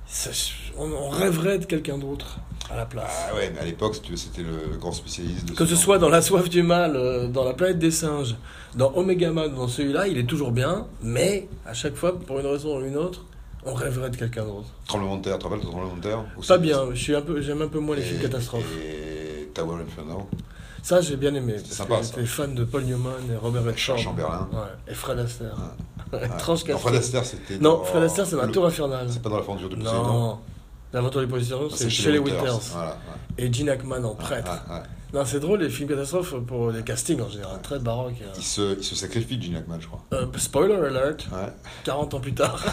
Speaker 3: ça- on, on rêverait de quelqu'un d'autre à la place.
Speaker 2: Ah ouais, mais à l'époque, si tu veux, c'était le grand spécialiste de
Speaker 3: Que ce
Speaker 2: genre.
Speaker 3: soit dans La Soif du Mal, euh, dans La Planète des Singes, dans Omega Man, dans celui-là, il est toujours bien, mais à chaque fois, pour une raison ou une autre, on rêverait de quelqu'un d'autre.
Speaker 2: Tremblement de terre, tu te rappelles de tremblement de terre Aussi,
Speaker 3: Pas bien, je suis un peu, j'aime un peu moins les
Speaker 2: Et-
Speaker 3: films catastrophes.
Speaker 2: Et Tower Inferno,
Speaker 3: Ça, j'ai bien aimé.
Speaker 2: C'est
Speaker 3: parce
Speaker 2: sympa,
Speaker 3: que
Speaker 2: ça.
Speaker 3: J'étais fan de Paul Newman et Robert Redford.
Speaker 2: Charles Chamberlain.
Speaker 3: Ouais, et Fred Astaire. (laughs)
Speaker 2: Ah,
Speaker 3: Étrange
Speaker 2: non, Fred
Speaker 3: casting.
Speaker 2: Astaire, c'était.
Speaker 3: Non,
Speaker 2: dans-
Speaker 3: Fred Astaire, c'est dans la
Speaker 2: le-
Speaker 3: tour infernale.
Speaker 2: C'est pas Ah, dans la fondue de Poussin,
Speaker 3: Non. L'aventure des positions, c'est chez les Winters.
Speaker 2: Voilà, ouais.
Speaker 3: Et Gene Hackman en
Speaker 2: Ouais,
Speaker 3: prêtre.
Speaker 2: ouais, ouais.
Speaker 3: Non, c'est drôle, les films catastrophes euh, pour les castings en général, très baroques.
Speaker 2: Il, se, il se sacrifie, Gene Hackman, je crois.
Speaker 3: Euh, spoiler alert,
Speaker 2: Ouais.
Speaker 3: 40 ans plus tard.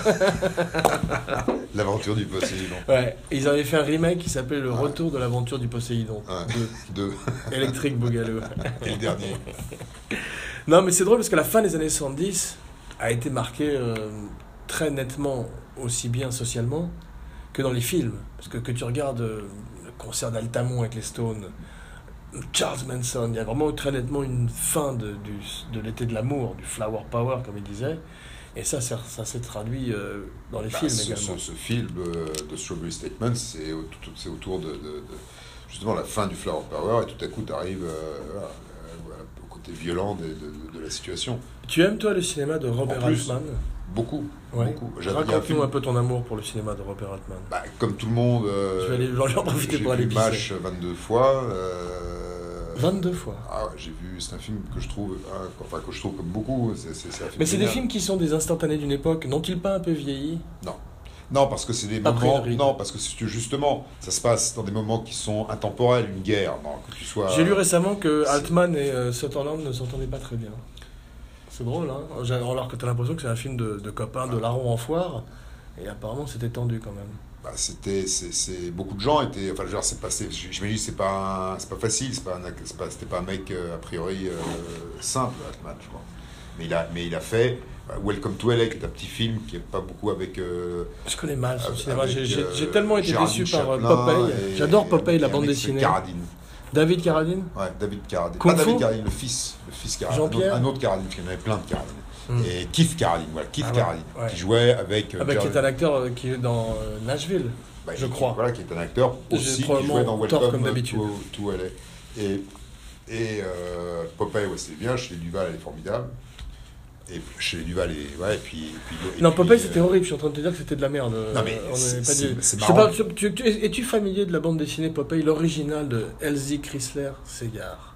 Speaker 2: L'aventure du (laughs) Poséidon.
Speaker 3: Ouais, ils avaient fait un remake qui s'appelait Le
Speaker 2: Ouais.
Speaker 3: Retour de l'aventure du Poséidon.
Speaker 2: Ouais.
Speaker 3: De
Speaker 2: Deux.
Speaker 3: Electric Boogaloo.
Speaker 2: (laughs) Et le dernier.
Speaker 3: Non, mais c'est drôle parce que la fin des années 70 a été marquée euh, très nettement, aussi bien socialement que dans les films. Parce que, que tu regardes euh, le concert d'Altamont avec les Stones, Charles Manson, il y a vraiment très nettement une fin de, du- de l'été de l'amour, du flower power, comme il disait. Et ça, ça, ça s'est traduit euh, dans les
Speaker 2: Bah,
Speaker 3: films
Speaker 2: ce,
Speaker 3: également.
Speaker 2: ce- ce film euh, de Strawberry Statement, c'est au- tout- c'est autour de, de- de- justement la fin du Flower Power, et tout à coup, euh, tu arrives au côté violent des- de, de- de la situation.
Speaker 3: Tu aimes, toi, le cinéma de Robert
Speaker 2: En plus,
Speaker 3: Altman
Speaker 2: Beaucoup,
Speaker 3: Ouais.
Speaker 2: beaucoup. J'avais- il y a un film-
Speaker 3: Raconte-nous un peu ton amour pour le cinéma de Robert Altman.
Speaker 2: Bah, comme tout le monde, euh,
Speaker 3: Je vais aller- j'en ai profité
Speaker 2: j'ai
Speaker 3: pour aller
Speaker 2: vu
Speaker 3: pisser.
Speaker 2: Mash 22 fois. euh,
Speaker 3: 22 fois.
Speaker 2: Ah, ouais, j'ai vu, c'est un film que je trouve, hein, qu- enfin, que je trouve comme beaucoup. c'est- c'est- un film
Speaker 3: Mais c'est des
Speaker 2: génial.
Speaker 3: films qui sont des instantanés d'une époque. N'ont-ils pas un peu vieilli
Speaker 2: Non. Non, parce que c'est des
Speaker 3: Pas
Speaker 2: moments.
Speaker 3: priori.
Speaker 2: Non, parce que c'est justement, ça se passe dans des moments qui sont intemporels, une guerre. non, que tu sois.
Speaker 3: J'ai lu récemment que
Speaker 2: Ah. c'est-
Speaker 3: Altman et euh, Sutherland ne s'entendaient pas très bien. C'est drôle, hein J'ai- Alors que t'as l'impression que c'est un film de, de copains,
Speaker 2: Ah.
Speaker 3: de larrons en foire. Et apparemment, c'était tendu quand même.
Speaker 2: Bah, c'était, c'est, c'est- beaucoup de gens étaient. Enfin, je veux dire, c'est pas, c'est, je, je me dis, c'est pas, un- c'est pas facile. C'est pas, un, c'est pas, c'était pas un mec euh, a priori euh, simple, Altman, je crois. Mais il a, mais il a fait euh, Welcome to LA, qui est un petit film qui est pas beaucoup avec. euh,
Speaker 3: Je connais mal son
Speaker 2: avec,
Speaker 3: cinéma. J'ai- J'ai
Speaker 2: euh,
Speaker 3: j'ai tellement été
Speaker 2: Géraldine
Speaker 3: déçu par euh,
Speaker 2: Chaplin
Speaker 3: Popeye.
Speaker 2: et-
Speaker 3: J'adore Popeye, la
Speaker 2: et un
Speaker 3: bande
Speaker 2: mec qui fait
Speaker 3: dessinée.
Speaker 2: Caradine.
Speaker 3: David Carradine
Speaker 2: Ouais, David Carradine.
Speaker 3: Kung
Speaker 2: Pas David
Speaker 3: Fu
Speaker 2: Carradine, le fils. Le fils Carradine. Un
Speaker 3: Jean-Pierre
Speaker 2: autre- Un autre Carradine, parce qu'il y en avait plein de Carradine.
Speaker 3: Hmm.
Speaker 2: Et Keith Carradine, voilà, Keith
Speaker 3: Ah ouais,
Speaker 2: Carradine,
Speaker 3: ouais.
Speaker 2: qui jouait avec. euh,
Speaker 3: Avec qui
Speaker 2: Jerry-
Speaker 3: est un acteur euh, qui est dans euh, Nashville.
Speaker 2: bah,
Speaker 3: je
Speaker 2: qui-
Speaker 3: crois.
Speaker 2: Voilà, qui est un acteur
Speaker 3: J'ai
Speaker 2: aussi, qui
Speaker 3: probablement
Speaker 2: jouait dans
Speaker 3: tort
Speaker 2: Welcome
Speaker 3: comme
Speaker 2: euh,
Speaker 3: d'habitude.
Speaker 2: to, to LA. Et, et euh, Popeye, ouais, c'est bien, chez les Duval, elle est formidable. Et chez les Duval, elle est- ouais, et puis. et puis- et
Speaker 3: non,
Speaker 2: puis,
Speaker 3: Popeye, c'était
Speaker 2: euh,
Speaker 3: horrible. Je suis en train de te dire que c'était de la merde. Euh,
Speaker 2: Non, mais
Speaker 3: on
Speaker 2: c'est-
Speaker 3: avait
Speaker 2: c'est-
Speaker 3: pas dit-
Speaker 2: c'est
Speaker 3: Je te
Speaker 2: marrant.
Speaker 3: parle- tu- tu- Es-tu familier de la bande dessinée Popeye, l'original de Elsie Chrysler Segar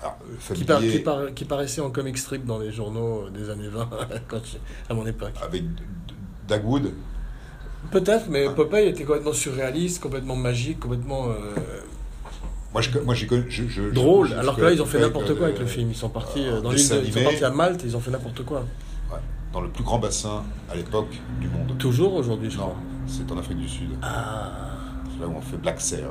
Speaker 2: alors, euh,
Speaker 3: qui, par-
Speaker 2: familier
Speaker 3: qui par- qui paraissait en comic strip dans les journaux euh, des années 20, (laughs) quand j'ai- à mon époque.
Speaker 2: Avec D- D- Dagwood.
Speaker 3: Peut-être, mais Popeye était complètement surréaliste, complètement magique, complètement euh,
Speaker 2: Moi, je, moi, j'ai connu. Je, je-
Speaker 3: drôle.
Speaker 2: je- je
Speaker 3: Alors que là, ils ont fait
Speaker 2: connais Popeye,
Speaker 3: n'importe quoi avec
Speaker 2: euh,
Speaker 3: le film. Ils sont partis
Speaker 2: euh,
Speaker 3: euh, dans l'île,
Speaker 2: dessin
Speaker 3: de- ils sont
Speaker 2: animé.
Speaker 3: partis à Malte, ils ont fait n'importe quoi.
Speaker 2: ouais, dans le plus grand bassin à l'époque du monde.
Speaker 3: Toujours aujourd'hui, je
Speaker 2: Non,
Speaker 3: crois.
Speaker 2: c'est en Afrique du Sud.
Speaker 3: Ah,
Speaker 2: C'est là où on fait Black Sails.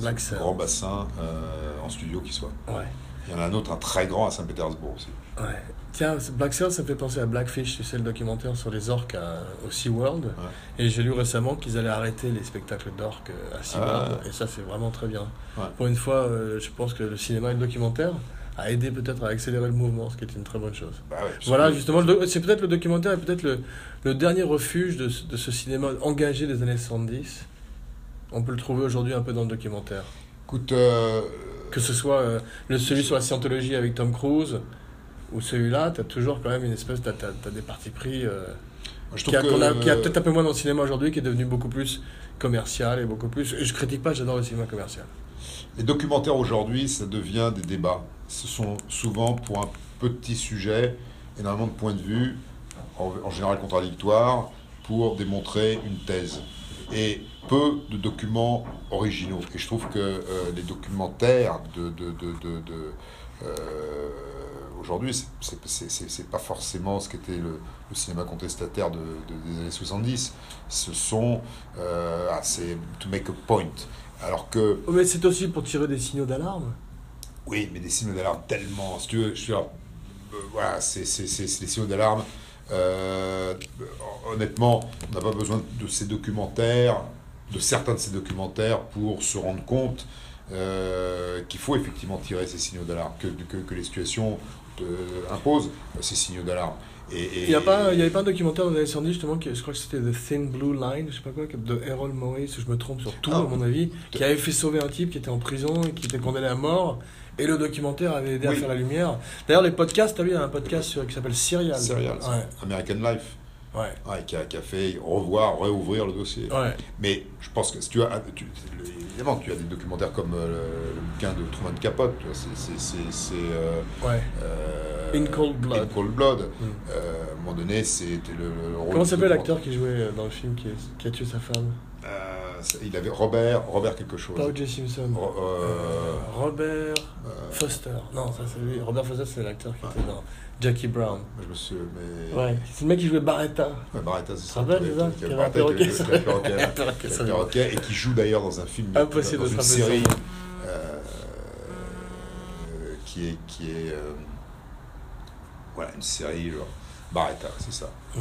Speaker 3: Black Sails.
Speaker 2: Grand bassin euh, en studio qui soit.
Speaker 3: ouais.
Speaker 2: Il y en a un autre, un très grand à Saint-Pétersbourg aussi.
Speaker 3: Ouais. Tiens, ce Black Sails, ça me fait penser à Blackfish, tu sais, le documentaire sur les orques à- au SeaWorld. Et j'ai lu récemment qu'ils allaient arrêter les spectacles d'orques euh, à SeaWorld. Et ça, c'est vraiment très bien.
Speaker 2: Ah. Ouais.
Speaker 3: Pour une fois, euh, je pense que le cinéma et le documentaire a aidé peut-être à accélérer le mouvement, ce qui est une très bonne chose.
Speaker 2: Bah ouais, parce
Speaker 3: Voilà,
Speaker 2: que-
Speaker 3: justement, le doc- c'est peut-être le documentaire et peut-être le, le dernier refuge de, ce- de ce cinéma engagé des années 70. On peut le trouver aujourd'hui un peu dans le documentaire.
Speaker 2: Écoute, euh,
Speaker 3: Que ce soit euh, le celui sur la scientologie avec Tom Cruise ou celui-là, t'as toujours quand même une espèce, t'as, t'as- t'as des partis pris euh,
Speaker 2: je trouve
Speaker 3: qui a,
Speaker 2: que-
Speaker 3: qu'on a- qui a peut-être un peu moins dans le cinéma aujourd'hui, qui est devenu beaucoup plus commercial et beaucoup plus. et je critique pas, j'adore le cinéma commercial.
Speaker 2: les documentaires aujourd'hui, ça devient des débats. Ce sont souvent pour un petit sujet, énormément de points de vue, en, en général contradictoires, pour démontrer une thèse. Et peu de documents originaux. Et je trouve que euh, les documentaires de, de- de- de- de, euh, aujourd'hui, c'est- c'est- c'est c'est- c'est pas forcément ce qu'était le, le cinéma contestataire de- de- des années 70. Ce sont euh, ah, c'est to make a point. Alors que
Speaker 3: Oh, Mais c'est aussi pour tirer des signaux d'alarme.
Speaker 2: oui, mais des signaux d'alarme tellement. Si tu veux, je suis là, euh, voilà, c'est c'est- c'est- c'est des signaux d'alarme. Euh, honnêtement, on n'a pas besoin de ces documentaires, de certains de ces documentaires, pour se rendre compte euh, qu'il faut effectivement tirer ces signaux d'alarme, que, que, que les situations te imposent euh, ces signaux d'alarme. Et, et-
Speaker 3: Il n'y avait pas un documentaire dans les années 70, justement, qui, je crois que c'était The Thin Blue Line, je sais pas quoi, de Errol Morris, je me trompe sur tout,
Speaker 2: Ah.
Speaker 3: à mon avis, qui avait fait sauver un type qui était en prison et qui était condamné à mort. Et le documentaire avait aidé à
Speaker 2: Oui.
Speaker 3: faire la lumière. D'ailleurs, les podcasts, t'as vu, il y a un podcast sur- qui s'appelle Serial.
Speaker 2: Serial, ça.
Speaker 3: Ouais,
Speaker 2: American Life,
Speaker 3: ouais,
Speaker 2: ouais, qui, a, qui a fait revoir, réouvrir le dossier.
Speaker 3: ouais.
Speaker 2: Mais je pense que si tu as, ah, tu- le- évidemment, tu as des documentaires comme euh, le, le bouquin de Truman Capote, tu vois, c'est- c'est- c'est- c'est, euh,
Speaker 3: ouais.
Speaker 2: euh,
Speaker 3: In Cold Blood. Mm.
Speaker 2: In Cold Blood. Euh, à un moment donné, c'était le, le rôle.
Speaker 3: Comment
Speaker 2: du
Speaker 3: s'appelle
Speaker 2: documentaire.
Speaker 3: l'acteur qui jouait euh, dans le film qui, est- qui a tué sa femme
Speaker 2: Euh, c'est- Il avait Robert, Robert quelque chose.
Speaker 3: Pas O.J. Simpson.
Speaker 2: Ro- euh,
Speaker 3: Robert Foster. Non, ça c'est lui. Robert Foster, c'est l'acteur qui était dans Jackie Brown.
Speaker 2: je me suis, mais
Speaker 3: Ouais. C'est le mec qui jouait Barretta.
Speaker 2: Ouais, Barretta, c'est
Speaker 3: Tu te
Speaker 2: ça.
Speaker 3: rappelles,
Speaker 2: qui
Speaker 3: c'est ça
Speaker 2: avait- qui avait
Speaker 3: Qui avait un
Speaker 2: Barretta, qui
Speaker 3: perroquet
Speaker 2: avait-
Speaker 3: sur-
Speaker 2: qui avait le perroquet.
Speaker 3: Un perroquet
Speaker 2: qui avait
Speaker 3: sur
Speaker 2: le
Speaker 3: lui.
Speaker 2: perroquet et qui joue d'ailleurs dans un film,
Speaker 3: Impossible
Speaker 2: dans
Speaker 3: de
Speaker 2: une
Speaker 3: se rappeler
Speaker 2: série
Speaker 3: son
Speaker 2: euh, qui est qui est euh, voilà une série genre Barretta, c'est ça.
Speaker 3: Hmm.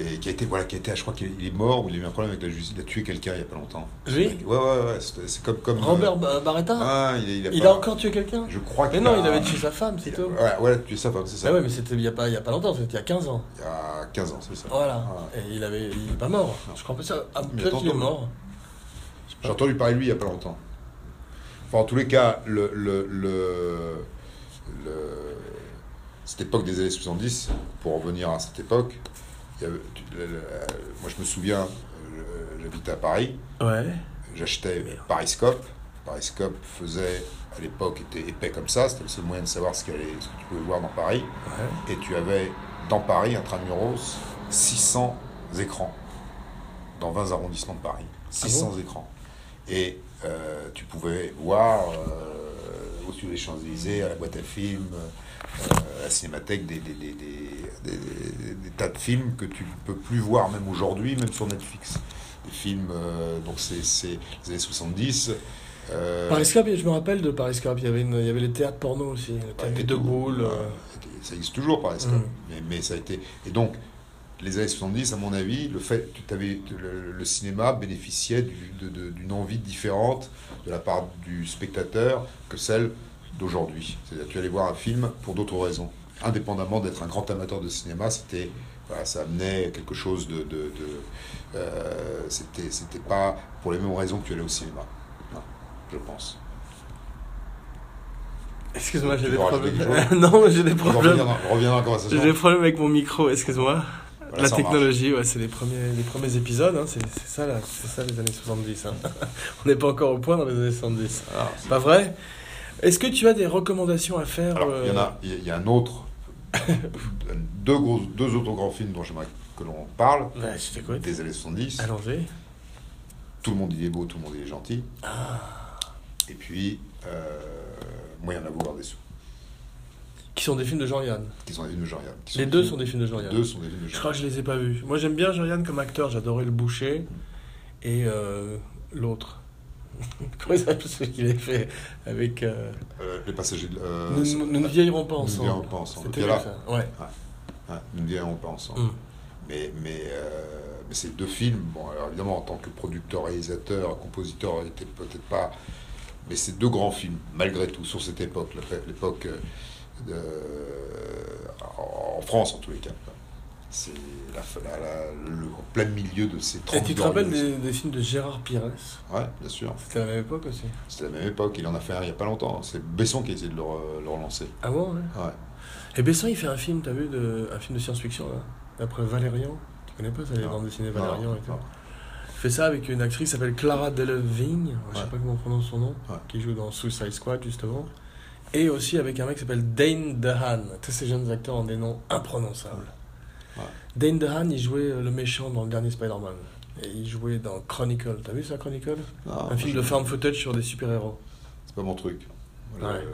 Speaker 2: Et qui a été voilà qui a été, je crois qu'il est mort ou il a eu un problème avec la justice, il a tué quelqu'un il y a pas longtemps.
Speaker 3: Lui
Speaker 2: Ouais ouais ouais, c'est c'est comme comme
Speaker 3: Robert
Speaker 2: euh,
Speaker 3: Ba- Barretta
Speaker 2: ah, il, a- il a,
Speaker 3: Il
Speaker 2: pas-
Speaker 3: a encore tué quelqu'un
Speaker 2: Je crois
Speaker 3: Mais
Speaker 2: qu'il
Speaker 3: non,
Speaker 2: a-
Speaker 3: il avait tué sa femme, c'est
Speaker 2: il a-
Speaker 3: tout.
Speaker 2: Ouais, ouais, tué sa femme, c'est ça.
Speaker 3: Ah ouais, mais c'était il n'y a, pas- il y a pas longtemps, c'était il y a 15 ans.
Speaker 2: Il y a 15 ans, c'est ça.
Speaker 3: Voilà.
Speaker 2: Ouais.
Speaker 3: Et il avait, il est pas mort.
Speaker 2: Non.
Speaker 3: Je crois pas ça. Ah,
Speaker 2: Ah. Mais
Speaker 3: peut-être qu'il est
Speaker 2: attends,
Speaker 3: mort.
Speaker 2: J'ai entendu parler de lui il n'y a pas longtemps. Enfin, en tous les cas, le, le, le- le- cette époque des années 70, pour en revenir à cette époque, il y avait- tu- la- la- moi je me souviens, euh, j'habitais à Paris,
Speaker 3: Ouais.
Speaker 2: j'achetais Pariscope. Pariscope faisait, à l'époque, était épais comme ça, c'était le seul moyen de savoir ce, qu'il y allait- ce que tu pouvais voir dans Paris.
Speaker 3: Ouais.
Speaker 2: Et tu avais, dans Paris, intramuros, 600 écrans. dans 20 arrondissements de Paris, 600
Speaker 3: Ah bon
Speaker 2: écrans. Et euh, tu pouvais voir euh, au-dessus des Champs-Élysées, à la boîte à films, euh, à la cinémathèque, des, des, des- des- des- des tas de films que tu ne peux plus voir même aujourd'hui, même sur Netflix. Des films, euh, donc c'est c'est les années 70. euh,
Speaker 3: Paris Cup, je me rappelle de Paris Cup, il y avait, une- il y avait les théâtres porno aussi, le théâtre
Speaker 2: et
Speaker 3: de
Speaker 2: tout.
Speaker 3: Gaulle.
Speaker 2: Ouais,
Speaker 3: euh,
Speaker 2: Ça existe toujours, par exemple.
Speaker 3: Mm.
Speaker 2: Mais, mais ça a été. Et donc, les années 70, à mon avis, le fait que t'avais- le, le cinéma bénéficiait du- de- de- d'une envie différente de la part du spectateur que celle d'aujourd'hui. C'est-à-dire, tu allais voir un film pour d'autres raisons. Indépendamment d'être un grand amateur de cinéma, c'était. voilà, ça amenait quelque chose de. de, de- euh, c'était c'était pas pour les mêmes raisons que tu allais au cinéma. Non, je pense.
Speaker 3: Excuse-moi,
Speaker 2: Tu
Speaker 3: j'ai des
Speaker 2: veux rajouter
Speaker 3: problèmes.
Speaker 2: quelque
Speaker 3: (laughs) non, j'ai des
Speaker 2: On va revenir
Speaker 3: problèmes.
Speaker 2: dans- on revient dans la conversation.
Speaker 3: J'ai des problèmes avec mon micro, excuse-moi.
Speaker 2: Voilà,
Speaker 3: la
Speaker 2: ça marche.
Speaker 3: technologie, ouais, c'est les premiers, les premiers épisodes, hein, c'est c'est ça, là, c'est ça les années 70. hein. (laughs) On n'est pas encore au point dans les années 70.
Speaker 2: Ah,
Speaker 3: Pas vrai Est-ce que tu as des recommandations à faire
Speaker 2: Alors, il y en
Speaker 3: euh,
Speaker 2: a, il y a- il y a un autre, (laughs) deux, gros, deux autres grands films dont j'aimerais que l'on parle,
Speaker 3: Ouais, je t'écoute.
Speaker 2: des années 70,
Speaker 3: Allongé.
Speaker 2: Tout le monde il est beau, tout le monde il est gentil,
Speaker 3: Ah.
Speaker 2: et puis euh, Moyen d'avoir des sous,
Speaker 3: Qui sont des films de Jean-Yann.
Speaker 2: qui sont des films de Jean-Yann. qui
Speaker 3: Les
Speaker 2: des
Speaker 3: deux
Speaker 2: films-
Speaker 3: sont des films de
Speaker 2: les
Speaker 3: Jean-Yann.
Speaker 2: deux sont des films de
Speaker 3: Je crois
Speaker 2: Jean-Yann.
Speaker 3: que je les ai pas vus. Moi j'aime bien Jean-Yann comme acteur, j'adorais Le Boucher et euh, l'autre. (laughs) Comment il s'appelle celui qu'il a fait avec. euh,
Speaker 2: Euh, les passagers de. euh,
Speaker 3: nous,
Speaker 2: c'est-
Speaker 3: nous ne vieillirons pas
Speaker 2: Nous ne
Speaker 3: ensemble.
Speaker 2: vieillirons pas ensemble.
Speaker 3: C'était
Speaker 2: Et
Speaker 3: bien
Speaker 2: là-
Speaker 3: ça. Ouais.
Speaker 2: hein, nous ne vieillirons pas ensemble.
Speaker 3: Mm.
Speaker 2: Mais, mais, euh, mais ces deux films, bon, alors évidemment, en tant que producteur, réalisateur, compositeur, était peut-être pas. Mais ces deux grands films, malgré tout, sur cette époque, l'ép- l'époque euh, de- en France en tous les cas. C'est la, la- la- le en plein milieu de ces 30
Speaker 3: Et tu te rappelles des, des films de Gérard Pires
Speaker 2: Ouais, bien sûr.
Speaker 3: C'était à la même époque aussi.
Speaker 2: C'était la même époque, il en a fait un il n'y a pas longtemps. C'est Besson qui a essayé de le, re- le relancer.
Speaker 3: Ah bon ouais.
Speaker 2: Ouais.
Speaker 3: Et Besson il fait un film, t'as vu, de, un film de science-fiction là D'après Valérian. Tu connais pas ça, les
Speaker 2: Non.
Speaker 3: bandes dessinées
Speaker 2: Non,
Speaker 3: Valérian et tout
Speaker 2: non.
Speaker 3: Il fait ça avec une actrice qui s'appelle Clara Delevingne, je sais
Speaker 2: Ouais.
Speaker 3: pas comment on prononce son nom,
Speaker 2: Ouais.
Speaker 3: qui joue dans Suicide Squad justement, et aussi avec un mec qui s'appelle Dane DeHaan. Tous ces jeunes acteurs ont des noms imprononçables.
Speaker 2: Ouais.
Speaker 3: Dane DeHaan, il jouait euh, le méchant dans le dernier Spider-Man. Et il jouait dans Chronicle. T'as vu ça, Chronicle
Speaker 2: Non,
Speaker 3: Un
Speaker 2: moi,
Speaker 3: film
Speaker 2: Ah, je-
Speaker 3: de farm footage sur des super-héros.
Speaker 2: C'est pas mon truc. Voilà,
Speaker 3: Ouais.
Speaker 2: euh,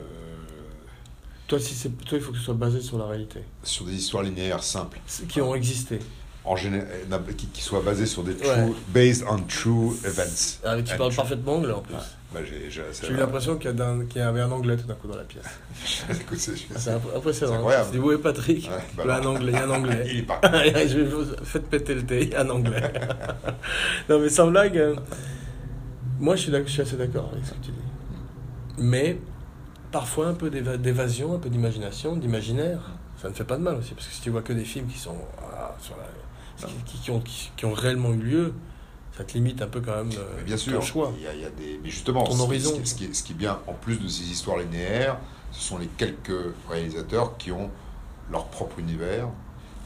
Speaker 3: Toi, si c'est, toi, il faut que ce soit basé sur la réalité.
Speaker 2: sur des histoires linéaires simples.
Speaker 3: Ceux Qui ont existé.
Speaker 2: en géné- euh, n'a- qui, qui soit basé sur des true,
Speaker 3: Ouais.
Speaker 2: based on true events.
Speaker 3: Ah, mais tu
Speaker 2: Ah,
Speaker 3: parles
Speaker 2: tu-
Speaker 3: parfaitement anglais en plus.
Speaker 2: Ouais. Bah, j'ai, j'ai, c'est
Speaker 3: J'ai eu l'impression qu'il y, a d'un- qu'il y avait un anglais tout d'un coup dans la pièce.
Speaker 2: (laughs) Écoute, c'est- c'est-
Speaker 3: C'est imp- impressionnant.
Speaker 2: C'est incroyable.
Speaker 3: Je me suis dit, où est Patrick
Speaker 2: Ouais, bah
Speaker 3: Ah, Là, un
Speaker 2: non.
Speaker 3: anglais, il y a un anglais.
Speaker 2: Il est pas.
Speaker 3: (laughs) Je vais vous... Faites péter le thé, un anglais.
Speaker 2: (laughs)
Speaker 3: non, mais sans blague, euh, moi je suis, d'ac- je suis assez d'accord avec ce que tu dis. Mais parfois un peu d'éva- d'évasion, un peu d'imagination, d'imaginaire, ça ne fait pas de mal aussi. Parce que si tu vois que des films qui sont. ah, sur la- qui, qui- qui ont, qui, qui ont réellement eu lieu, ça te limite un peu quand même euh,
Speaker 2: Mais bien sûr,
Speaker 3: ton choix.
Speaker 2: Il y a, il y a des. Mais justement,
Speaker 3: Ton
Speaker 2: ce-
Speaker 3: horizon.
Speaker 2: Ce, qui- ce qui, est- ce qui est bien, en plus de ces histoires linéaires, ce sont les quelques réalisateurs qui ont leur propre univers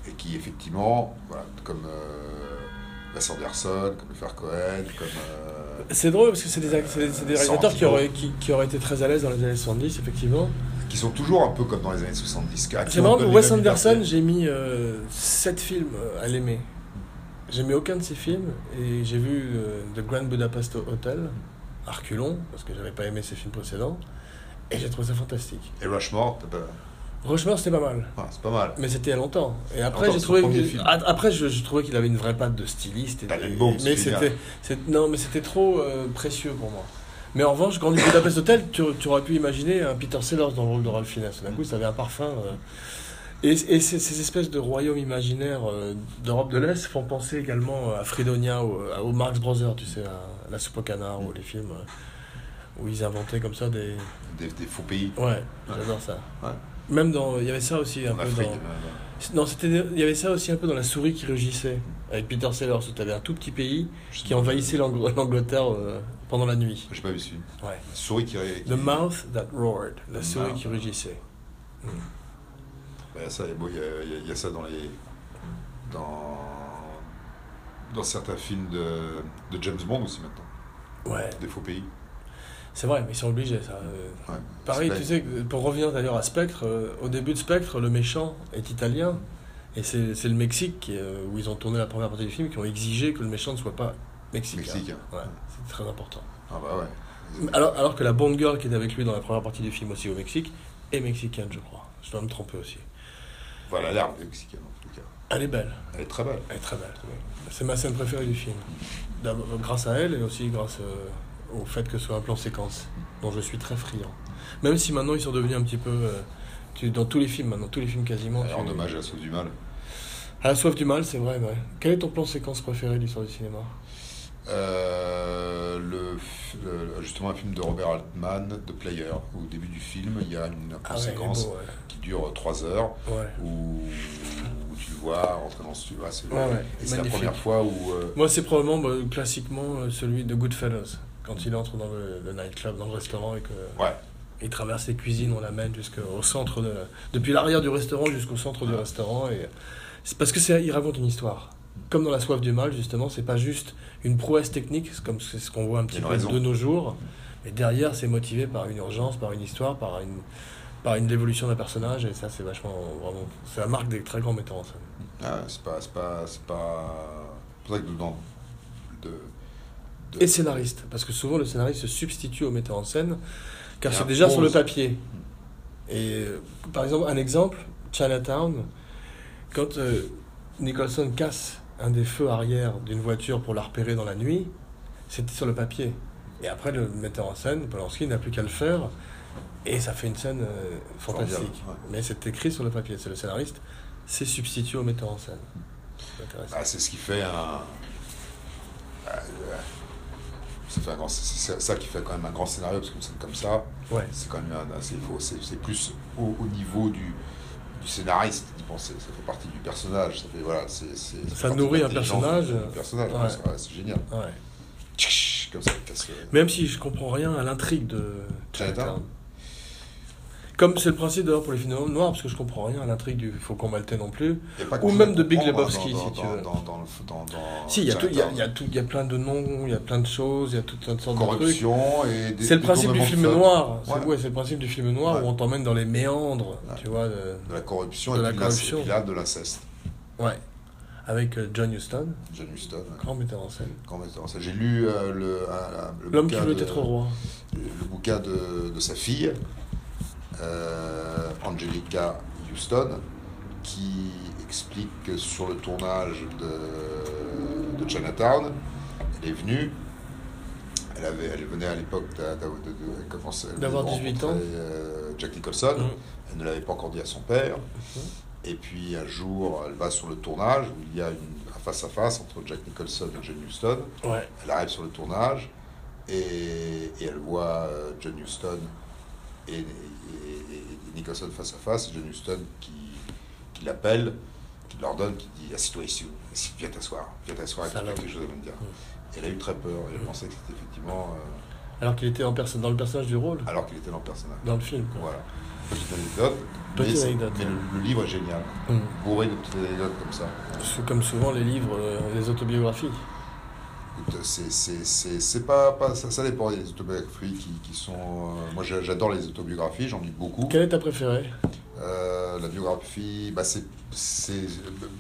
Speaker 2: et qui, effectivement, voilà, comme euh, Wes Anderson, comme Fer Cohen, comme. euh,
Speaker 3: C'est drôle parce que c'est des, ac- c'est des- c'est des réalisateurs qui
Speaker 2: Sorrentino.
Speaker 3: auraient, qui, qui auraient été très à l'aise dans les années 70, effectivement.
Speaker 2: qui sont toujours un peu comme dans les années 70. à qui
Speaker 3: C'est
Speaker 2: on
Speaker 3: marrant,
Speaker 2: donne les
Speaker 3: Wes
Speaker 2: mêmes
Speaker 3: Anderson,
Speaker 2: libertés.
Speaker 3: j'ai mis 7 films euh, à l'aimer. J'ai mis aucun de ses films et j'ai vu euh, The Grand Budapest Hotel, Arculon, parce que j'avais pas aimé ses films précédents, et j'ai trouvé ça fantastique.
Speaker 2: Et Rushmore, t'as pas-
Speaker 3: Rochemar, c'était pas mal,
Speaker 2: ah, c'est pas mal.
Speaker 3: mais c'était il y a longtemps. Et après,
Speaker 2: Longtemps,
Speaker 3: j'ai
Speaker 2: son
Speaker 3: trouvé,
Speaker 2: premier
Speaker 3: que-
Speaker 2: film.
Speaker 3: a- après je, je trouvais qu'il avait une vraie patte de styliste. et-
Speaker 2: Tannenbaum,
Speaker 3: mais
Speaker 2: c'est
Speaker 3: c'était,
Speaker 2: génial.
Speaker 3: c'est- non, mais c'était trop euh, précieux pour moi. Mais en revanche, Grand Budapest Hotel, tu, tu aurais pu imaginer un Peter Sellers dans le rôle de Ralph Fiennes.
Speaker 2: Mm.
Speaker 3: D'un coup, ça avait un parfum. euh, et, et ces, ces espèces de royaumes imaginaires euh, d'Europe de l'Est font penser également euh, à Fredonia, ou, à- aux Marx Brothers, tu sais, à, la soupe au canard, ou les films euh, où ils inventaient comme ça des.
Speaker 2: Des, des faux pays.
Speaker 3: Ouais, j'adore ça.
Speaker 2: Ouais.
Speaker 3: Même dans. Il y avait ça aussi un
Speaker 2: En
Speaker 3: peu
Speaker 2: Afrique.
Speaker 3: dans.
Speaker 2: euh,
Speaker 3: Non, c'était, il y avait ça aussi un peu dans La souris qui rugissait, avec Peter Sellers, où t'avais un tout petit pays
Speaker 2: Je-
Speaker 3: qui envahissait l'Ang- l'Angleterre euh, pendant la nuit.
Speaker 2: J'ai pas vu celui
Speaker 3: Ouais.
Speaker 2: La souris qui. qui-
Speaker 3: The mouth that roared, la
Speaker 2: The
Speaker 3: souris
Speaker 2: mouth.
Speaker 3: qui rugissait.
Speaker 2: Bah, ça, bon, il y, a- il y a- il y a ça dans les. Dans. Dans certains films de, de James Bond aussi maintenant.
Speaker 3: Ouais,
Speaker 2: Des faux pays.
Speaker 3: c'est vrai, mais ils sont obligés, ça. euh.
Speaker 2: Ouais.
Speaker 3: Pareil,
Speaker 2: Spectre.
Speaker 3: tu sais, que pour revenir d'ailleurs à Spectre, euh, au début de Spectre, le méchant est italien, Et c'est c'est le Mexique qui, euh, où ils ont tourné la première partie du film qui ont exigé que le méchant ne soit pas mexicain.
Speaker 2: Mexicain.
Speaker 3: Ouais, c'est très important.
Speaker 2: Ah bah ouais.
Speaker 3: Alors, alors que la Bond Girl qui était avec lui dans la première partie du film aussi au Mexique est mexicaine, je crois. Je dois me tromper aussi.
Speaker 2: Voilà, l'arme est mexicaine en tout cas.
Speaker 3: Elle est belle.
Speaker 2: Elle est très belle.
Speaker 3: Elle est très belle. C'est ma scène préférée du film. D'abord, Grâce à elle et aussi grâce euh, au fait que ce soit un plan séquence, dont je suis très friand. Même si maintenant ils sont devenus un petit peu. euh, tu- dans tous les films, maintenant, tous les films quasiment.
Speaker 2: Alors,
Speaker 3: tu-
Speaker 2: Euh, en hommage à la sauce du mal.
Speaker 3: À la soif du mal, c'est vrai, ouais. Quel est ton plan séquence préféré de l'histoire du cinéma
Speaker 2: Euh, le, f- le- justement, un film de Robert Altman, The Player. Au début du film, il y a une
Speaker 3: Ah ouais, il est
Speaker 2: séquence
Speaker 3: beau,
Speaker 2: qui dure 3 heures
Speaker 3: ouais. Ouais.
Speaker 2: où, où tu le vois rentrer dans le studio. Ah, c'est-
Speaker 3: Ouais, ouais,
Speaker 2: Et c'est la
Speaker 3: magnifique.
Speaker 2: première fois où. euh,
Speaker 3: Moi, c'est probablement bah, classiquement euh, celui de Goodfellas. Quand il entre dans le, le nightclub, dans le restaurant et que
Speaker 2: ouais,
Speaker 3: il traverse les cuisines, on l'amène jusqu'au centre de, depuis l'arrière du restaurant jusqu'au centre du restaurant et c'est parce que c'est il raconte une histoire. Comme dans la soif du mal justement, c'est pas juste une prouesse technique, c'est comme c'est ce qu'on voit un
Speaker 2: Il y
Speaker 3: petit
Speaker 2: a une
Speaker 3: peu
Speaker 2: raison.
Speaker 3: de nos jours, mais derrière c'est motivé par une urgence, par une histoire, par une par une évolution d'un personnage et ça c'est vachement vraiment c'est la marque des très grands metteurs en scène.
Speaker 2: ah, c'est pas. C'est pas. C'est pas. C'est pour ça que dedans. De, de-
Speaker 3: Et scénariste, parce que souvent le scénariste se substitue au metteur en scène, car
Speaker 2: Il y a
Speaker 3: c'est
Speaker 2: un
Speaker 3: déjà sur le
Speaker 2: pause.
Speaker 3: papier. Et euh, par exemple, un exemple, Chinatown, quand euh, Nicholson casse un des feux arrière d'une voiture pour la repérer dans la nuit, c'était sur le papier. Et après, le metteur en scène, Polanski, n'a plus qu'à le faire, et ça fait une scène euh, fantastique.
Speaker 2: Formidable, ouais.
Speaker 3: Mais c'est écrit sur le papier, c'est le scénariste, c'est substitué au metteur en scène. C'est intéressant.
Speaker 2: Ah, c'est ce qui fait un. Ah, euh, ça fait un grand- C'est c'est ça qui fait quand même un grand scénario, parce que scène comme ça,
Speaker 3: Ouais.
Speaker 2: c'est quand même un- assez faux. C'est c'est plus au, au niveau du, du scénariste d'y penser. Ça fait partie du personnage. Ça, fait, voilà, c'est- c'est- fait
Speaker 3: Ça
Speaker 2: partie de
Speaker 3: nourrit un
Speaker 2: l'intelligence
Speaker 3: personnage.
Speaker 2: du personnage,
Speaker 3: Ouais.
Speaker 2: ouais, c'est ouais, c'est génial.
Speaker 3: Ouais.
Speaker 2: Tchitch, Comme ça, il casse le-
Speaker 3: Même si je comprends rien à l'intrigue de Chinatown.
Speaker 2: Chinatown.
Speaker 3: Comme c'est le principe d'ailleurs pour les films noirs, parce que je comprends rien à l'intrigue du Faucon Maltais non plus.
Speaker 2: Il y a pas
Speaker 3: Ou
Speaker 2: que
Speaker 3: même
Speaker 2: ça
Speaker 3: de Big
Speaker 2: dans- dans-
Speaker 3: Lebowski,
Speaker 2: hein, dans-
Speaker 3: si tu
Speaker 2: dans-
Speaker 3: veux.
Speaker 2: dans- dans le- dans- dans-
Speaker 3: si, il y, a tout- il y a- il y a
Speaker 2: Chinatown.
Speaker 3: tout- il y a plein de noms, il y a plein de choses, il y a toutes sortes de trucs.
Speaker 2: corruption et des
Speaker 3: C'est le principe
Speaker 2: détournements
Speaker 3: du
Speaker 2: de
Speaker 3: film
Speaker 2: flotte.
Speaker 3: noir. C'est
Speaker 2: Ouais.
Speaker 3: ouais, c'est le principe du film noir
Speaker 2: Ouais.
Speaker 3: où on t'emmène dans les méandres, tu vois. de-
Speaker 2: De la corruption
Speaker 3: De la
Speaker 2: et puis de l'inceste-
Speaker 3: corruption.
Speaker 2: et puis là, de l'inceste.
Speaker 3: Ouais. Avec euh, John Huston,
Speaker 2: John Huston. ouais.
Speaker 3: grand metteur en scène.
Speaker 2: Quand on était en salle, J'ai lu euh, le, un- un- le
Speaker 3: L'homme qui
Speaker 2: bouquin
Speaker 3: veut
Speaker 2: de-
Speaker 3: être roi.
Speaker 2: le bouquin de, de sa fille, euh, Angelica Houston, qui explique que sur le tournage de, de Chinatown, elle est venue. Elle, avait, elle venait à l'époque d'a- d'a- de- de- elle commençait- elle venait
Speaker 3: D'avoir
Speaker 2: de
Speaker 3: 18 ans.
Speaker 2: rencontrer, euh, Jack Nicholson.
Speaker 3: Mhm.
Speaker 2: Elle ne l'avait pas encore dit à son père.
Speaker 3: Mhm.
Speaker 2: Et puis un jour, elle va sur le tournage où il y a une- un face-à-face entre Jack Nicholson et Jane Houston.
Speaker 3: Ouais.
Speaker 2: Elle arrive sur le tournage et, et elle voit euh, John Huston et, et- et- et Nicholson face à face. John Huston qui, qui l'appelle, qui l'ordonne, qui dit Assis-toi ici, assis- viens t'asseoir, viens t'asseoir, tu as
Speaker 3: Salope.
Speaker 2: quelque chose à me dire.
Speaker 3: Mm.
Speaker 2: Et Elle a eu très peur, elle pensait que c'était effectivement. euh,
Speaker 3: Alors qu'il était en personne, dans le personnage du rôle,
Speaker 2: alors qu'il était dans le personnage.
Speaker 3: dans le film. quoi.
Speaker 2: Voilà. Petite anecdote. mais
Speaker 3: Mm. Petite
Speaker 2: c'est-
Speaker 3: anecdote.
Speaker 2: Mais le, le livre est génial,
Speaker 3: Hum.
Speaker 2: bourré de petites anecdotes comme ça.
Speaker 3: Sou- Comme souvent les livres, euh, les autobiographies.
Speaker 2: Écoute, c'est- c'est- C'est c'est pas, pas ça, ça dépend. Il y a des autobiographies qui, qui sont. euh, moi, j'a- j'adore les autobiographies, j'en lis beaucoup.
Speaker 3: Quelle est ta préférée
Speaker 2: Euh, la biographie, bah, c'est c'est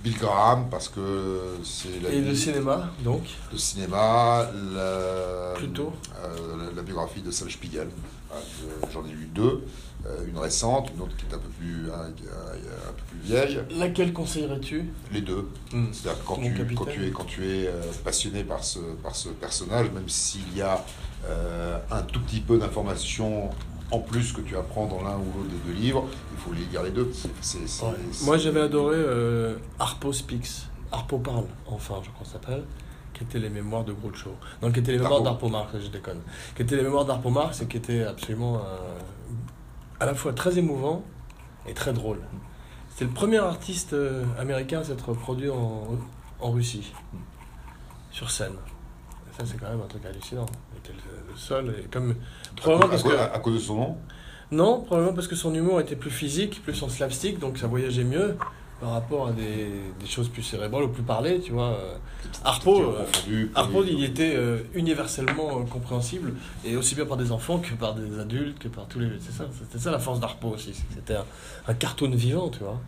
Speaker 2: Bill Graham parce que c'est la
Speaker 3: Et
Speaker 2: vie-
Speaker 3: le cinéma, donc
Speaker 2: Le cinéma, la,
Speaker 3: Plutôt.
Speaker 2: euh, la, la biographie de Sam Spiegel. Voilà, je- J'en ai lu deux, euh, une récente, une autre qui est un peu plus, un- un- un peu plus vieille.
Speaker 3: Laquelle conseillerais-tu
Speaker 2: Les deux.
Speaker 3: Hmm.
Speaker 2: C'est-à-dire que quand
Speaker 3: Mon
Speaker 2: tu, quand
Speaker 3: capitaine.
Speaker 2: tu es, quand tu es euh, passionné par ce, par ce personnage, même s'il y a euh, un tout petit peu d'informations en plus que tu apprends dans l'un ou l'autre des deux livres, il faut les lire les deux. C'est- c'est- c'est-
Speaker 3: Ouais.
Speaker 2: c'est-
Speaker 3: Moi j'avais adoré euh, Harpo Speaks, Harpo parle, enfin je crois que ça s'appelle, qui étaient les mémoires de Groucho. Non, qui étaient les mémoires
Speaker 2: D'Harpo.
Speaker 3: d'Harpo Marx, je déconne. Qui étaient les mémoires d'Harpo Marx et qui étaient absolument euh, à la fois très émouvant et très drôle. C'était le premier artiste euh, américain à s'être produit en, en Russie, sur scène. Et ça c'est quand même un truc hallucinant. Il était le, le seul, et comme...
Speaker 2: À, cause-
Speaker 3: Probablement
Speaker 2: à
Speaker 3: parce
Speaker 2: cause-
Speaker 3: que...
Speaker 2: à cause de son nom
Speaker 3: Non, probablement parce que son humour était plus physique, plus en slapstick, donc ça voyageait mieux par rapport à des, des choses plus cérébrales ou plus parlées, tu vois. euh. Harpo,
Speaker 2: qui est
Speaker 3: euh,
Speaker 2: confondu,
Speaker 3: Harpo,
Speaker 2: puis-
Speaker 3: il était euh, universellement euh, compréhensible, et aussi bien par des enfants que par des adultes, que par tous les... C'est ça, c'était ça la force d'Harpo aussi, c'est que c'était un, un cartoon vivant, tu vois.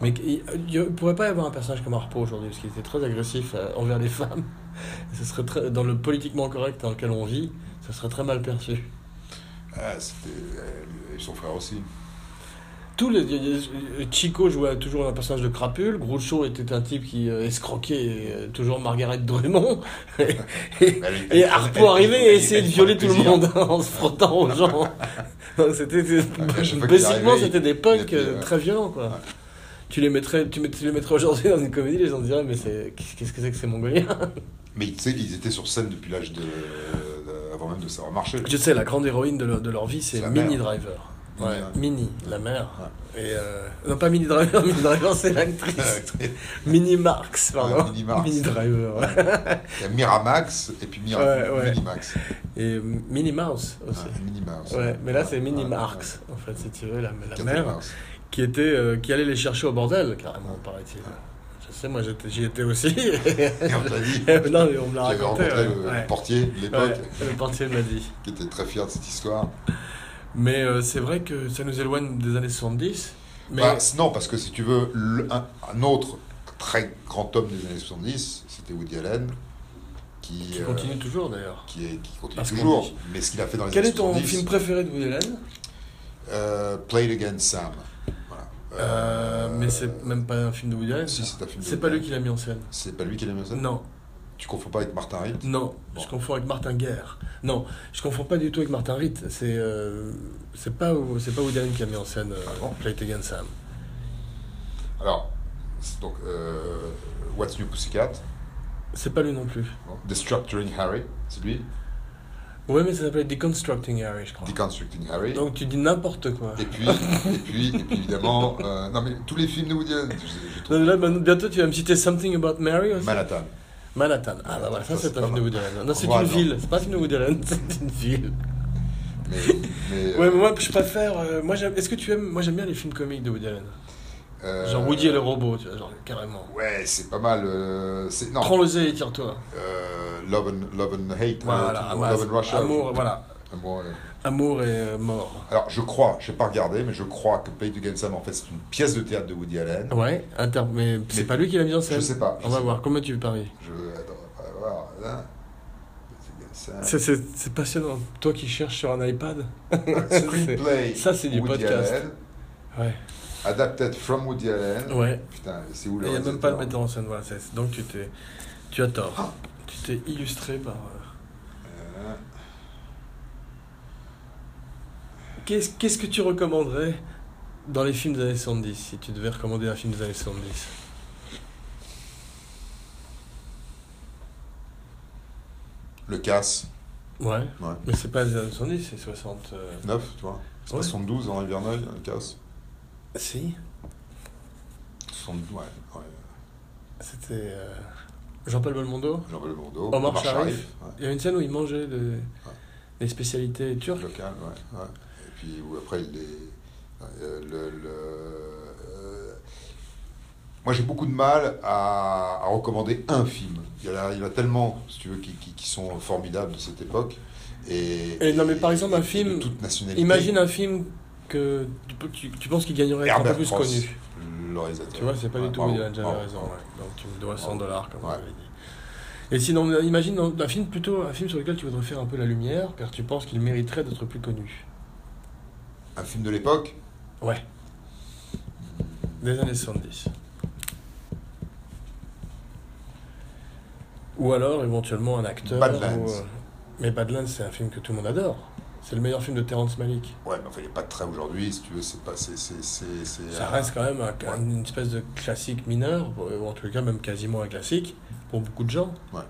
Speaker 3: Mais il ne pourrait pas y avoir un personnage comme Harpo aujourd'hui, parce qu'il était très agressif euh, envers les (laughs) femmes. Et ce serait très, dans le politiquement correct dans lequel on vit, ça serait très mal perçu.
Speaker 2: Ah, c'était. euh, et son frère aussi.
Speaker 3: Tout le, Chico jouait toujours un personnage de crapule, Groucho était un type qui euh, escroquait euh, toujours Margaret Drummond, et, et-
Speaker 2: Elle- elle-
Speaker 3: et
Speaker 2: elle-
Speaker 3: Harpo
Speaker 2: elle-
Speaker 3: arrivait
Speaker 2: elle-
Speaker 3: et essayait
Speaker 2: elle-
Speaker 3: de
Speaker 2: elle-
Speaker 3: violer
Speaker 2: elle-
Speaker 3: tout le
Speaker 2: plaisir.
Speaker 3: monde hein, en se frottant aux (laughs) gens. Non, c'était, c'était-
Speaker 2: chaque fois qu'il
Speaker 3: basiquement,
Speaker 2: arrivait,
Speaker 3: c'était des
Speaker 2: il- il
Speaker 3: punks
Speaker 2: était,
Speaker 3: euh,
Speaker 2: ouais.
Speaker 3: très violents. Quoi.
Speaker 2: Ouais.
Speaker 3: Tu, les mettrais, tu, mets- tu les mettrais aujourd'hui dans une comédie, les gens diraient Mais c'est, qu'est-ce que c'est que ces Mongoliens
Speaker 2: Mais tu sais, ils étaient sur scène depuis l'âge de, de- avant même de savoir marcher.
Speaker 3: (laughs)
Speaker 2: (laughs)
Speaker 3: Je sais, la grande héroïne de leur, de leur vie, c'est
Speaker 2: C'est la
Speaker 3: Mini
Speaker 2: mère.
Speaker 3: Driver. Ouais,
Speaker 2: Mini
Speaker 3: Mini,
Speaker 2: Driver.
Speaker 3: la mère. Et euh, non, pas Mini Driver, (laughs) Mini Driver, c'est l'actrice. Mini Marx, pardon.
Speaker 2: Ah, Mini Marx.
Speaker 3: Driver. ouais.
Speaker 2: Il y a Miramax et puis Mira-
Speaker 3: Ouais, ouais.
Speaker 2: Minimax.
Speaker 3: Et euh, Mini Mouse aussi.
Speaker 2: Ah, Minimax.
Speaker 3: Ouais, mais là c'est Mini
Speaker 2: Ouais, ouais.
Speaker 3: Marx, en fait, si tu veux, la, la
Speaker 2: Captain
Speaker 3: mère, (laughs)
Speaker 2: Marx.
Speaker 3: qui, était, euh, qui allait les chercher au bordel, carrément,
Speaker 2: Ouais.
Speaker 3: paraît-il. Je sais, moi j'étais- j'y étais aussi. (laughs)
Speaker 2: Et on t'a dit,
Speaker 3: non, mais on me l'a
Speaker 2: j'avais
Speaker 3: raconté.
Speaker 2: rencontré
Speaker 3: ouais.
Speaker 2: le
Speaker 3: Ouais.
Speaker 2: portier de l'époque,
Speaker 3: Ouais, le portier m'a dit.
Speaker 2: qui était très fier de cette histoire.
Speaker 3: Mais euh, c'est vrai que ça nous éloigne des années 70. Mais
Speaker 2: Bah, c- non, parce que si tu veux, le- un, un autre très grand homme des années 70, c'était Woody Allen, qui,
Speaker 3: qui
Speaker 2: euh,
Speaker 3: continue toujours d'ailleurs.
Speaker 2: qui est- qui continue
Speaker 3: Parce qu'on
Speaker 2: toujours.
Speaker 3: dit-
Speaker 2: Mais ce qu'il a fait dans les
Speaker 3: Quel
Speaker 2: années
Speaker 3: est ton
Speaker 2: 70,
Speaker 3: film préféré de Woody Allen
Speaker 2: euh, Play It Again Sam. Voilà.
Speaker 3: Euh, Mais c'est
Speaker 2: euh,
Speaker 3: même pas un film de Woody Allen.
Speaker 2: si,
Speaker 3: ça.
Speaker 2: c'est un film de
Speaker 3: C'est pas
Speaker 2: Woody
Speaker 3: lui qui l'a mis en scène.
Speaker 2: C'est pas lui qui l'a mis en scène
Speaker 3: Non,
Speaker 2: Tu confonds pas avec Martin Ritt
Speaker 3: non,
Speaker 2: Bon.
Speaker 3: je confonds avec Martin Guerre. Non, je confonds pas du tout avec Martin Ritt. C'est euh, c'est pas c'est pas Woody Allen qui a mis en scène euh,
Speaker 2: Ah bon
Speaker 3: Play It Again Sam.
Speaker 2: Alors, c'est donc, euh, What's New Pussycat
Speaker 3: C'est pas lui non plus.
Speaker 2: bon. Destructuring Harry, c'est lui
Speaker 3: Ouais, mais ça s'appelle Deconstructing Harry, je crois.
Speaker 2: Deconstructing Harry.
Speaker 3: Donc tu dis n'importe quoi.
Speaker 2: Et puis, et puis, et puis évidemment, euh, non mais tous les films de Woody Allen, je- je trouve-
Speaker 3: Non, mais là, maintenant, bientôt tu vas me citer Something About Mary aussi.
Speaker 2: Manhattan.
Speaker 3: Manhattan. Ah bah voilà, ça
Speaker 2: Ça,
Speaker 3: c'est
Speaker 2: c'est
Speaker 3: un
Speaker 2: pas
Speaker 3: film de
Speaker 2: mal.
Speaker 3: Woody Allen. Non, c'est
Speaker 2: Ouais,
Speaker 3: une
Speaker 2: non.
Speaker 3: ville, c'est pas un film de Woody
Speaker 2: (laughs)
Speaker 3: Allen, c'est une ville.
Speaker 2: Mais, mais,
Speaker 3: Ouais,
Speaker 2: euh,
Speaker 3: mais moi je préfère. euh, moi, j'aime- est-ce que tu aimes Moi j'aime bien les films comiques de Woody Allen.
Speaker 2: euh,
Speaker 3: Genre Woody et le robot, tu vois, genre carrément.
Speaker 2: Ouais, c'est pas mal. euh, c'est non.
Speaker 3: Prends le Z et tire-toi.
Speaker 2: euh, love and Love and Hate.
Speaker 3: Voilà,
Speaker 2: euh,
Speaker 3: voilà,
Speaker 2: Love and Russia.
Speaker 3: amour, voilà.
Speaker 2: Amour, euh.
Speaker 3: Amour et euh, mort.
Speaker 2: Alors, je crois, je n'ai pas regardé, mais je crois que Play to Game Sam, en fait, c'est une pièce de théâtre de Woody Allen.
Speaker 3: Ah Ouais, inter- mais c'est pas lui qui l'a mis en scène.
Speaker 2: je sais pas, je
Speaker 3: On va
Speaker 2: sais
Speaker 3: voir, comment tu paries
Speaker 2: Je, attends, on va voir. Là. Play to Game Sam.
Speaker 3: C'est- C'est c'est passionnant. Toi qui cherches sur un
Speaker 2: (laughs)
Speaker 3: iPad.
Speaker 2: Screenplay.
Speaker 3: ça, c'est du
Speaker 2: Woody
Speaker 3: podcast.
Speaker 2: Allen,
Speaker 3: Ouais.
Speaker 2: adapted from Woody Allen.
Speaker 3: Ouais.
Speaker 2: Putain, c'est où
Speaker 3: Et
Speaker 2: le
Speaker 3: il n'y a même pas
Speaker 2: réalisateur
Speaker 3: le
Speaker 2: Ah.
Speaker 3: metteur en scène, voilà. c'est- Donc tu t'es. Tu as tort. Tu t'es illustré par. euh,
Speaker 2: Euh,
Speaker 3: Qu'est-ce qu'est-ce que tu recommanderais dans les films des années 70 si tu devais recommander un film des années 70
Speaker 2: Le casse.
Speaker 3: Ouais.
Speaker 2: Ouais.
Speaker 3: Mais c'est pas des années 70, c'est 60. euh,
Speaker 2: 9, tu vois. C'est
Speaker 3: Ouais.
Speaker 2: pas 72 en Hiverneuil, le casse.
Speaker 3: Si.
Speaker 2: 72, ouais. ouais.
Speaker 3: C'était. euh, Jean-Paul Belmondo
Speaker 2: Jean-Paul Bourdeau.
Speaker 3: Omar Sharif.
Speaker 2: ouais.
Speaker 3: Il y a une scène où il mangeait des, des spécialités turques.
Speaker 2: Local, ouais, ouais. Et puis où après, il est. euh, le, le- euh, moi, j'ai beaucoup de mal à, à recommander un film. Il y en a, il y en a tellement, si tu veux, qui, qui- qui sont formidables de cette époque. Et,
Speaker 3: Et non, mais par exemple, un film-
Speaker 2: De toute nationalité.
Speaker 3: Imagine un film que tu, peux- tu- tu penses qu'il gagnerait à être un
Speaker 2: Herbert
Speaker 3: peu plus
Speaker 2: Ross,
Speaker 3: connu.
Speaker 2: Le réalisateur.
Speaker 3: Tu vois, c'est pas
Speaker 2: Ouais,
Speaker 3: du tout
Speaker 2: bravo,
Speaker 3: Woody Allen, j'avais
Speaker 2: bravo,
Speaker 3: raison.
Speaker 2: bravo.
Speaker 3: ouais. Donc tu me dois 100
Speaker 2: Bravo.
Speaker 3: dollars, comme
Speaker 2: Ouais.
Speaker 3: on dit. Et sinon, imagine un, un film plutôt, un film sur lequel tu voudrais faire un peu la lumière, car tu penses qu'il mériterait d'être plus connu.
Speaker 2: Un film de l'époque
Speaker 3: Ouais. Des années 70. Ou alors éventuellement un acteur.
Speaker 2: Badlands.
Speaker 3: ou, euh, Mais Badlands, c'est un film que tout le monde adore. C'est le meilleur film de Terrence Malick.
Speaker 2: Ouais, mais enfin, il n'y a pas de trait aujourd'hui, si tu veux, c'est pas. c'est- c'est- c'est- c'est,
Speaker 3: Ça
Speaker 2: euh,
Speaker 3: reste quand même un- un- une espèce de classique mineur, ou en tout cas même quasiment un classique pour beaucoup de gens.
Speaker 2: euh, Ouais.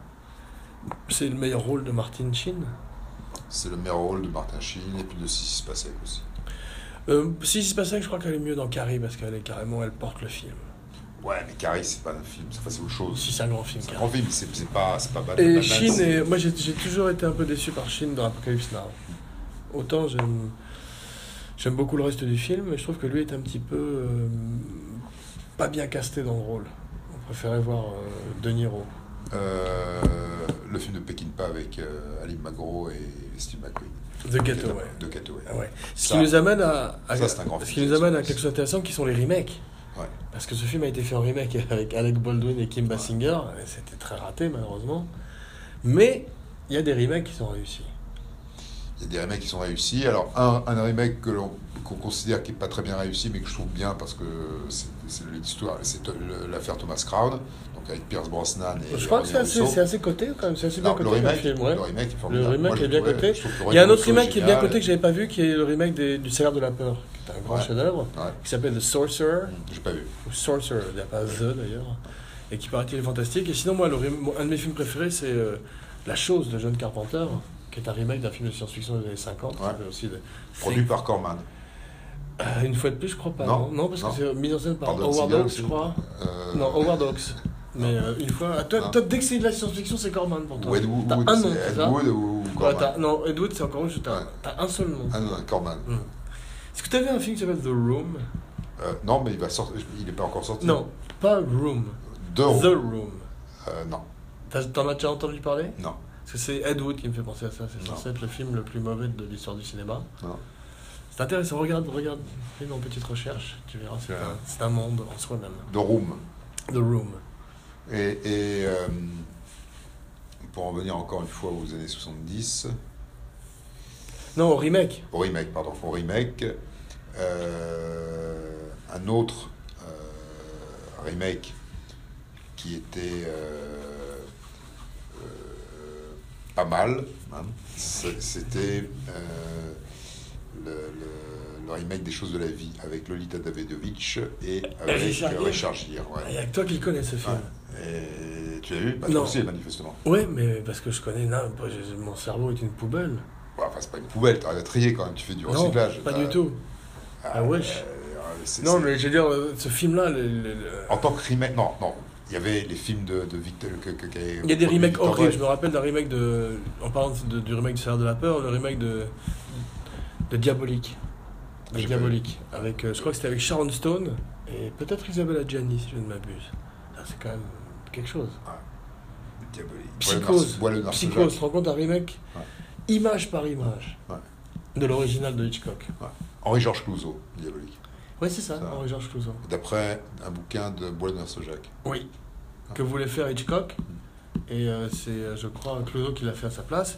Speaker 3: C'est le meilleur rôle de Martin Sheen.
Speaker 2: C'est le meilleur rôle de Martin Sheen et puis de Sissi Spacek aussi.
Speaker 3: Euh, si c'est pas ça, je crois qu'elle est mieux dans Carrie parce qu'elle est carrément, elle porte le film.
Speaker 2: Ouais, mais Carrie, c'est pas un film, c'est enfin, c'est autre chose.
Speaker 3: Si c'est un grand film.
Speaker 2: C'est un
Speaker 3: Carrie.
Speaker 2: grand film, c'est c'est pas, c'est pas Batman.
Speaker 3: Et
Speaker 2: Batman,
Speaker 3: Chine,
Speaker 2: Bah, c'est-
Speaker 3: et... moi j'ai j'ai toujours été un peu déçu par Chine dans Apocalypse Now. Autant j'aime j'aime beaucoup le reste du film, mais je trouve que lui est un petit peu euh, pas bien casté dans le rôle. On préférait voir euh, De Niro.
Speaker 2: Euh, le film de Pékin pas avec euh, Ali Magro et Steve McQueen.
Speaker 3: The Ghetto, ouais.
Speaker 2: De Ghetto, ouais.
Speaker 3: Ah ouais. Ce
Speaker 2: Ça-
Speaker 3: qui nous amène à, à-
Speaker 2: ça, c'est un grand
Speaker 3: ce qui
Speaker 2: film.
Speaker 3: nous amène à quelque chose d'intéressant qui sont les remakes.
Speaker 2: Ouais. Ouais.
Speaker 3: Parce que ce film a été fait en remake (laughs) avec Alec Baldwin et Kim Basinger. et C'était très raté, malheureusement. Mais il y a des remakes qui sont réussis.
Speaker 2: Il y a des remakes qui sont réussis. Alors, un, un remake que l'on, qu'on considère qui n'est pas très bien réussi, mais que je trouve bien parce que c'est, c'est l'histoire, c'est euh, l'affaire Thomas Crown, donc avec Pierce Brosnan et.
Speaker 3: je crois que
Speaker 2: Ernie
Speaker 3: c'est assez,
Speaker 2: Russo.
Speaker 3: c'est assez coté, quand même. C'est assez
Speaker 2: Non,
Speaker 3: bien coté
Speaker 2: le,
Speaker 3: comme
Speaker 2: remake,
Speaker 3: film, ouais.
Speaker 2: le remake est
Speaker 3: Le
Speaker 2: formidable. Moi,
Speaker 3: remake
Speaker 2: je
Speaker 3: est bien
Speaker 2: trouvais-
Speaker 3: coté.
Speaker 2: je trouve que
Speaker 3: Il y a un
Speaker 2: Ernie
Speaker 3: autre
Speaker 2: Russo est
Speaker 3: remake qui est bien
Speaker 2: génial.
Speaker 3: coté que j'avais pas vu, qui est le remake des- du Salaire de la Peur, qui est un grand
Speaker 2: Ouais.
Speaker 3: chef-d'œuvre,
Speaker 2: Ouais.
Speaker 3: qui s'appelle The Sorcerer.
Speaker 2: J'ai pas vu.
Speaker 3: ou Sorcerer, il n'y a pas The d'ailleurs, et qui paraît qu'il est fantastique. Et sinon, moi, le rem- mon- un de mes films préférés, c'est euh, La Chose de John Carpenter, qui est un remake d'un film de science-fiction des années 50. qui
Speaker 2: Ouais.
Speaker 3: s'appelle aussi de-
Speaker 2: Produit par Corman.
Speaker 3: C'est- Euh, une fois de plus, je crois pas.
Speaker 2: Non,
Speaker 3: Non, non, parce
Speaker 2: non.
Speaker 3: que c'est euh, mis en scène par
Speaker 2: Par Don
Speaker 3: Howard
Speaker 2: Siegel
Speaker 3: Hawks,
Speaker 2: aussi.
Speaker 3: je crois.
Speaker 2: Euh,
Speaker 3: Non, Howard Hawks. Mais euh, une fois, ah, toi,
Speaker 2: Non.
Speaker 3: toi, dès que c'est de la science-fiction, c'est Corman pour toi.
Speaker 2: Ou Ed Wood,
Speaker 3: T'as un nom,
Speaker 2: c'est
Speaker 3: c'est
Speaker 2: Ed
Speaker 3: ça
Speaker 2: Wood ou ou
Speaker 3: Ouais,
Speaker 2: Corman.
Speaker 3: t'as- Non, Ed Wood, c'est encore une chose. T'as
Speaker 2: Ouais.
Speaker 3: t'as un seul nom. Hmm.
Speaker 2: Ah non, non, Corman.
Speaker 3: Est-ce que t'avais un film qui s'appelle The Room
Speaker 2: Euh, non, mais il va sortir. Il n'est pas encore sorti.
Speaker 3: Non, pas Room.
Speaker 2: Deux.
Speaker 3: The Room.
Speaker 2: Euh, non,
Speaker 3: T'as- T'en as déjà entendu parler
Speaker 2: non,
Speaker 3: Parce que c'est Ed Wood qui me fait penser à ça. C'est
Speaker 2: Non.
Speaker 3: censé être le film le plus mauvais de l'histoire du cinéma.
Speaker 2: non.
Speaker 3: C'est intéressant. Regarde, regarde. Fais une petite recherche. Tu verras. C'est
Speaker 2: Ouais.
Speaker 3: un, c'est un monde en soi-même.
Speaker 2: The Room.
Speaker 3: The Room.
Speaker 2: Et, et, euh, pour en venir encore une fois aux années 70,
Speaker 3: Non, au remake.
Speaker 2: au remake, pardon, au remake, euh, un autre euh, remake qui était euh, euh, pas mal, hein, c'est- c'était euh, le, le- le remake des choses de la vie avec Lolita Davidovich et avec
Speaker 3: Richard Gere.
Speaker 2: Richard Gere.
Speaker 3: Il
Speaker 2: ouais.
Speaker 3: n'y a que toi qui le connais ce film.
Speaker 2: Et tu l'as vu Bah,
Speaker 3: Non.
Speaker 2: toi aussi, manifestement.
Speaker 3: Ouais, mais parce que je connais. Non, bah, j'ai- mon cerveau est une poubelle.
Speaker 2: Ouais, Enfin, c'est pas une poubelle, t'arrives à trier quand même, tu fais du
Speaker 3: non,
Speaker 2: recyclage.
Speaker 3: pas
Speaker 2: t'as-
Speaker 3: du tout. Ah, wesh.
Speaker 2: euh, c'est-
Speaker 3: Non,
Speaker 2: c'est-
Speaker 3: mais je veux dire, euh, ce film-là. le- le- le-
Speaker 2: En tant que remake, non, non. Il y avait les films de, de Victor. Que, que- que-
Speaker 3: Il y a des
Speaker 2: de
Speaker 3: remakes
Speaker 2: Victor
Speaker 3: horribles. Je
Speaker 2: Brecht.
Speaker 3: me rappelle d'un remake de. En parlant de- du remake du Salaire de la Peur, le remake de. de Diabolique. De
Speaker 2: J'ai pas
Speaker 3: Diabolique. Avec, euh, je crois que c'était avec Sharon Stone et peut-être Isabelle Adjani, si je ne m'abuse. Ah, c'est quand même quelque chose.
Speaker 2: Diabolique.
Speaker 3: Psychose.
Speaker 2: Bois le Narc- Bois le
Speaker 3: Psychose, tu te
Speaker 2: Narcejac.
Speaker 3: rends compte, un remake
Speaker 2: Ouais.
Speaker 3: image par image
Speaker 2: Ouais.
Speaker 3: de l'original de Hitchcock.
Speaker 2: Henri-Georges Clouzot, Diabolique.
Speaker 3: Ouais, c'est ça,
Speaker 2: Ça.
Speaker 3: Henri-Georges Clouzot.
Speaker 2: D'après un bouquin de Bois le Narcejac.
Speaker 3: Oui. Que voulait faire Hitchcock. Et euh, c'est, euh, je crois, Clouzot qui l'a fait à sa place.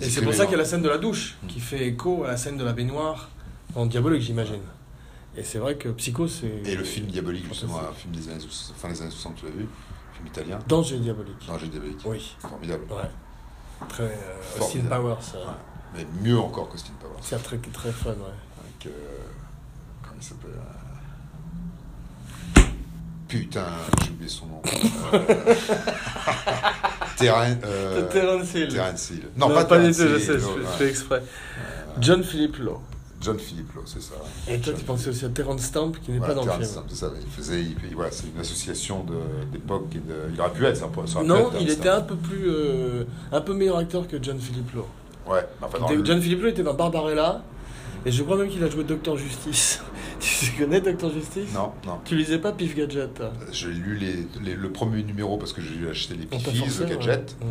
Speaker 3: Et c'est pour ça qu'il y a la scène de la douche
Speaker 2: Mm.
Speaker 3: qui fait écho à la scène de la baignoire en Diabolique, j'imagine. Et c'est vrai que Psycho, c'est.
Speaker 2: Et le film Diabolique, justement, un
Speaker 3: Fantastique.
Speaker 2: film des années, sou- fin des années 60, tu l'as vu Film italien.
Speaker 3: Danger Diabolique.
Speaker 2: Danger Diabolique.
Speaker 3: Oui,
Speaker 2: Formidable.
Speaker 3: ouais. Très. euh, Austin
Speaker 2: Formidable.
Speaker 3: Powers. euh,
Speaker 2: Ouais. Mais mieux encore que Austin Powers.
Speaker 3: C'est un truc très fun, ouais.
Speaker 2: Avec. euh, comment il s'appelle euh, Putain, j'ai oublié son nom.
Speaker 3: (laughs)
Speaker 2: Euh, Terren- euh,
Speaker 3: Terence Hill.
Speaker 2: Terence Hill.
Speaker 3: Non, pas, les
Speaker 2: Terence
Speaker 3: deux, je
Speaker 2: Hill,
Speaker 3: sais, je,
Speaker 2: non,
Speaker 3: fais- je
Speaker 2: ouais.
Speaker 3: fais exprès. John Philippe Lowe.
Speaker 2: John Philippe Lowe, c'est ça.
Speaker 3: Et toi, tu pensais aussi à Terrence Stamp qui n'est
Speaker 2: Voilà,
Speaker 3: pas dans le
Speaker 2: Terence,
Speaker 3: film.
Speaker 2: C'est ça, il faisait, il- il- voilà, c'est une association de- d'époque. et de- Il aurait pu être, ça, aurait- ça aurait pu
Speaker 3: Non,
Speaker 2: être
Speaker 3: il
Speaker 2: Terence
Speaker 3: était un peu plus. euh, un peu meilleur acteur que John Philippe Lowe.
Speaker 2: Stamp. Ouais, mais enfin,
Speaker 3: Il
Speaker 2: dans
Speaker 3: était-
Speaker 2: le-
Speaker 3: John Philippe Lowe était dans Barbarella. Et je crois même qu'il a joué Docteur Justice. (laughs) tu connais Docteur Justice
Speaker 2: Non, Euh, non.
Speaker 3: Tu lisais pas Pif Gadget toi
Speaker 2: J'ai lu les, les- le premier numéro parce que j'ai dû acheter les
Speaker 3: On t'a
Speaker 2: Pifis,
Speaker 3: forcé,
Speaker 2: le
Speaker 3: ouais.
Speaker 2: gadget.
Speaker 3: Mm.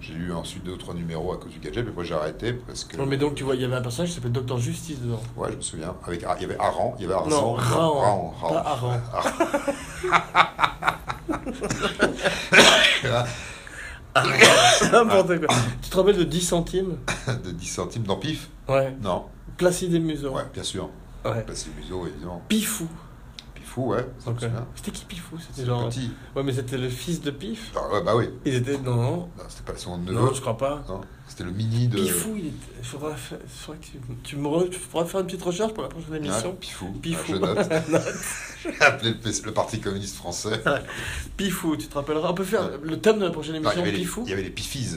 Speaker 2: J'ai lu ensuite deux ou trois numéros à cause du gadget, mais moi j'ai arrêté parce que.
Speaker 3: Non, mais donc, tu vois, il y avait un personnage qui s'appelait Docteur Justice dedans.
Speaker 2: Ouais, je me souviens. Avec, Ar- il y avait Aran, il y avait Arzan.
Speaker 3: Non, Raon.
Speaker 2: Raon,
Speaker 3: Pas Aran.
Speaker 2: Ah.
Speaker 3: (laughs)
Speaker 2: Ah.
Speaker 3: N'importe quoi. Tu te rappelles de 10 centimes
Speaker 2: Raon. (laughs) De 10 centimes dans Pif
Speaker 3: Ouais.
Speaker 2: Non.
Speaker 3: Placide et Museau.
Speaker 2: Ouais, bien sûr.
Speaker 3: Ouais.
Speaker 2: Parce que Museau, évidemment.
Speaker 3: Pifou.
Speaker 2: Pifou, ouais. ça me
Speaker 3: Ok.
Speaker 2: souvient.
Speaker 3: C'était qui Pifou C'était
Speaker 2: C'est
Speaker 3: genre.
Speaker 2: petit.
Speaker 3: Ouais, mais c'était le fils de Pif.
Speaker 2: Ah, ouais, bah oui.
Speaker 3: Ils étaient. Non, non.
Speaker 2: Non, C'était pas son neveu.
Speaker 3: Non, je crois pas.
Speaker 2: Non, c'était le mini de.
Speaker 3: Pifou, il était. Il faudra, fa- il faudra que tu, tu me re- tu feras faire une petite recherche pour la prochaine
Speaker 2: Ouais,
Speaker 3: émission.
Speaker 2: Pifou.
Speaker 3: Pifou. (laughs)
Speaker 2: Ah, je note. (laughs) J'ai appelé le, PC le Parti communiste français.
Speaker 3: Pifou, tu te rappelleras. On peut faire
Speaker 2: Ouais.
Speaker 3: le thème de la prochaine
Speaker 2: Non, il, y
Speaker 3: émission,
Speaker 2: avait les,
Speaker 3: Pifou.
Speaker 2: il y avait les Pifis.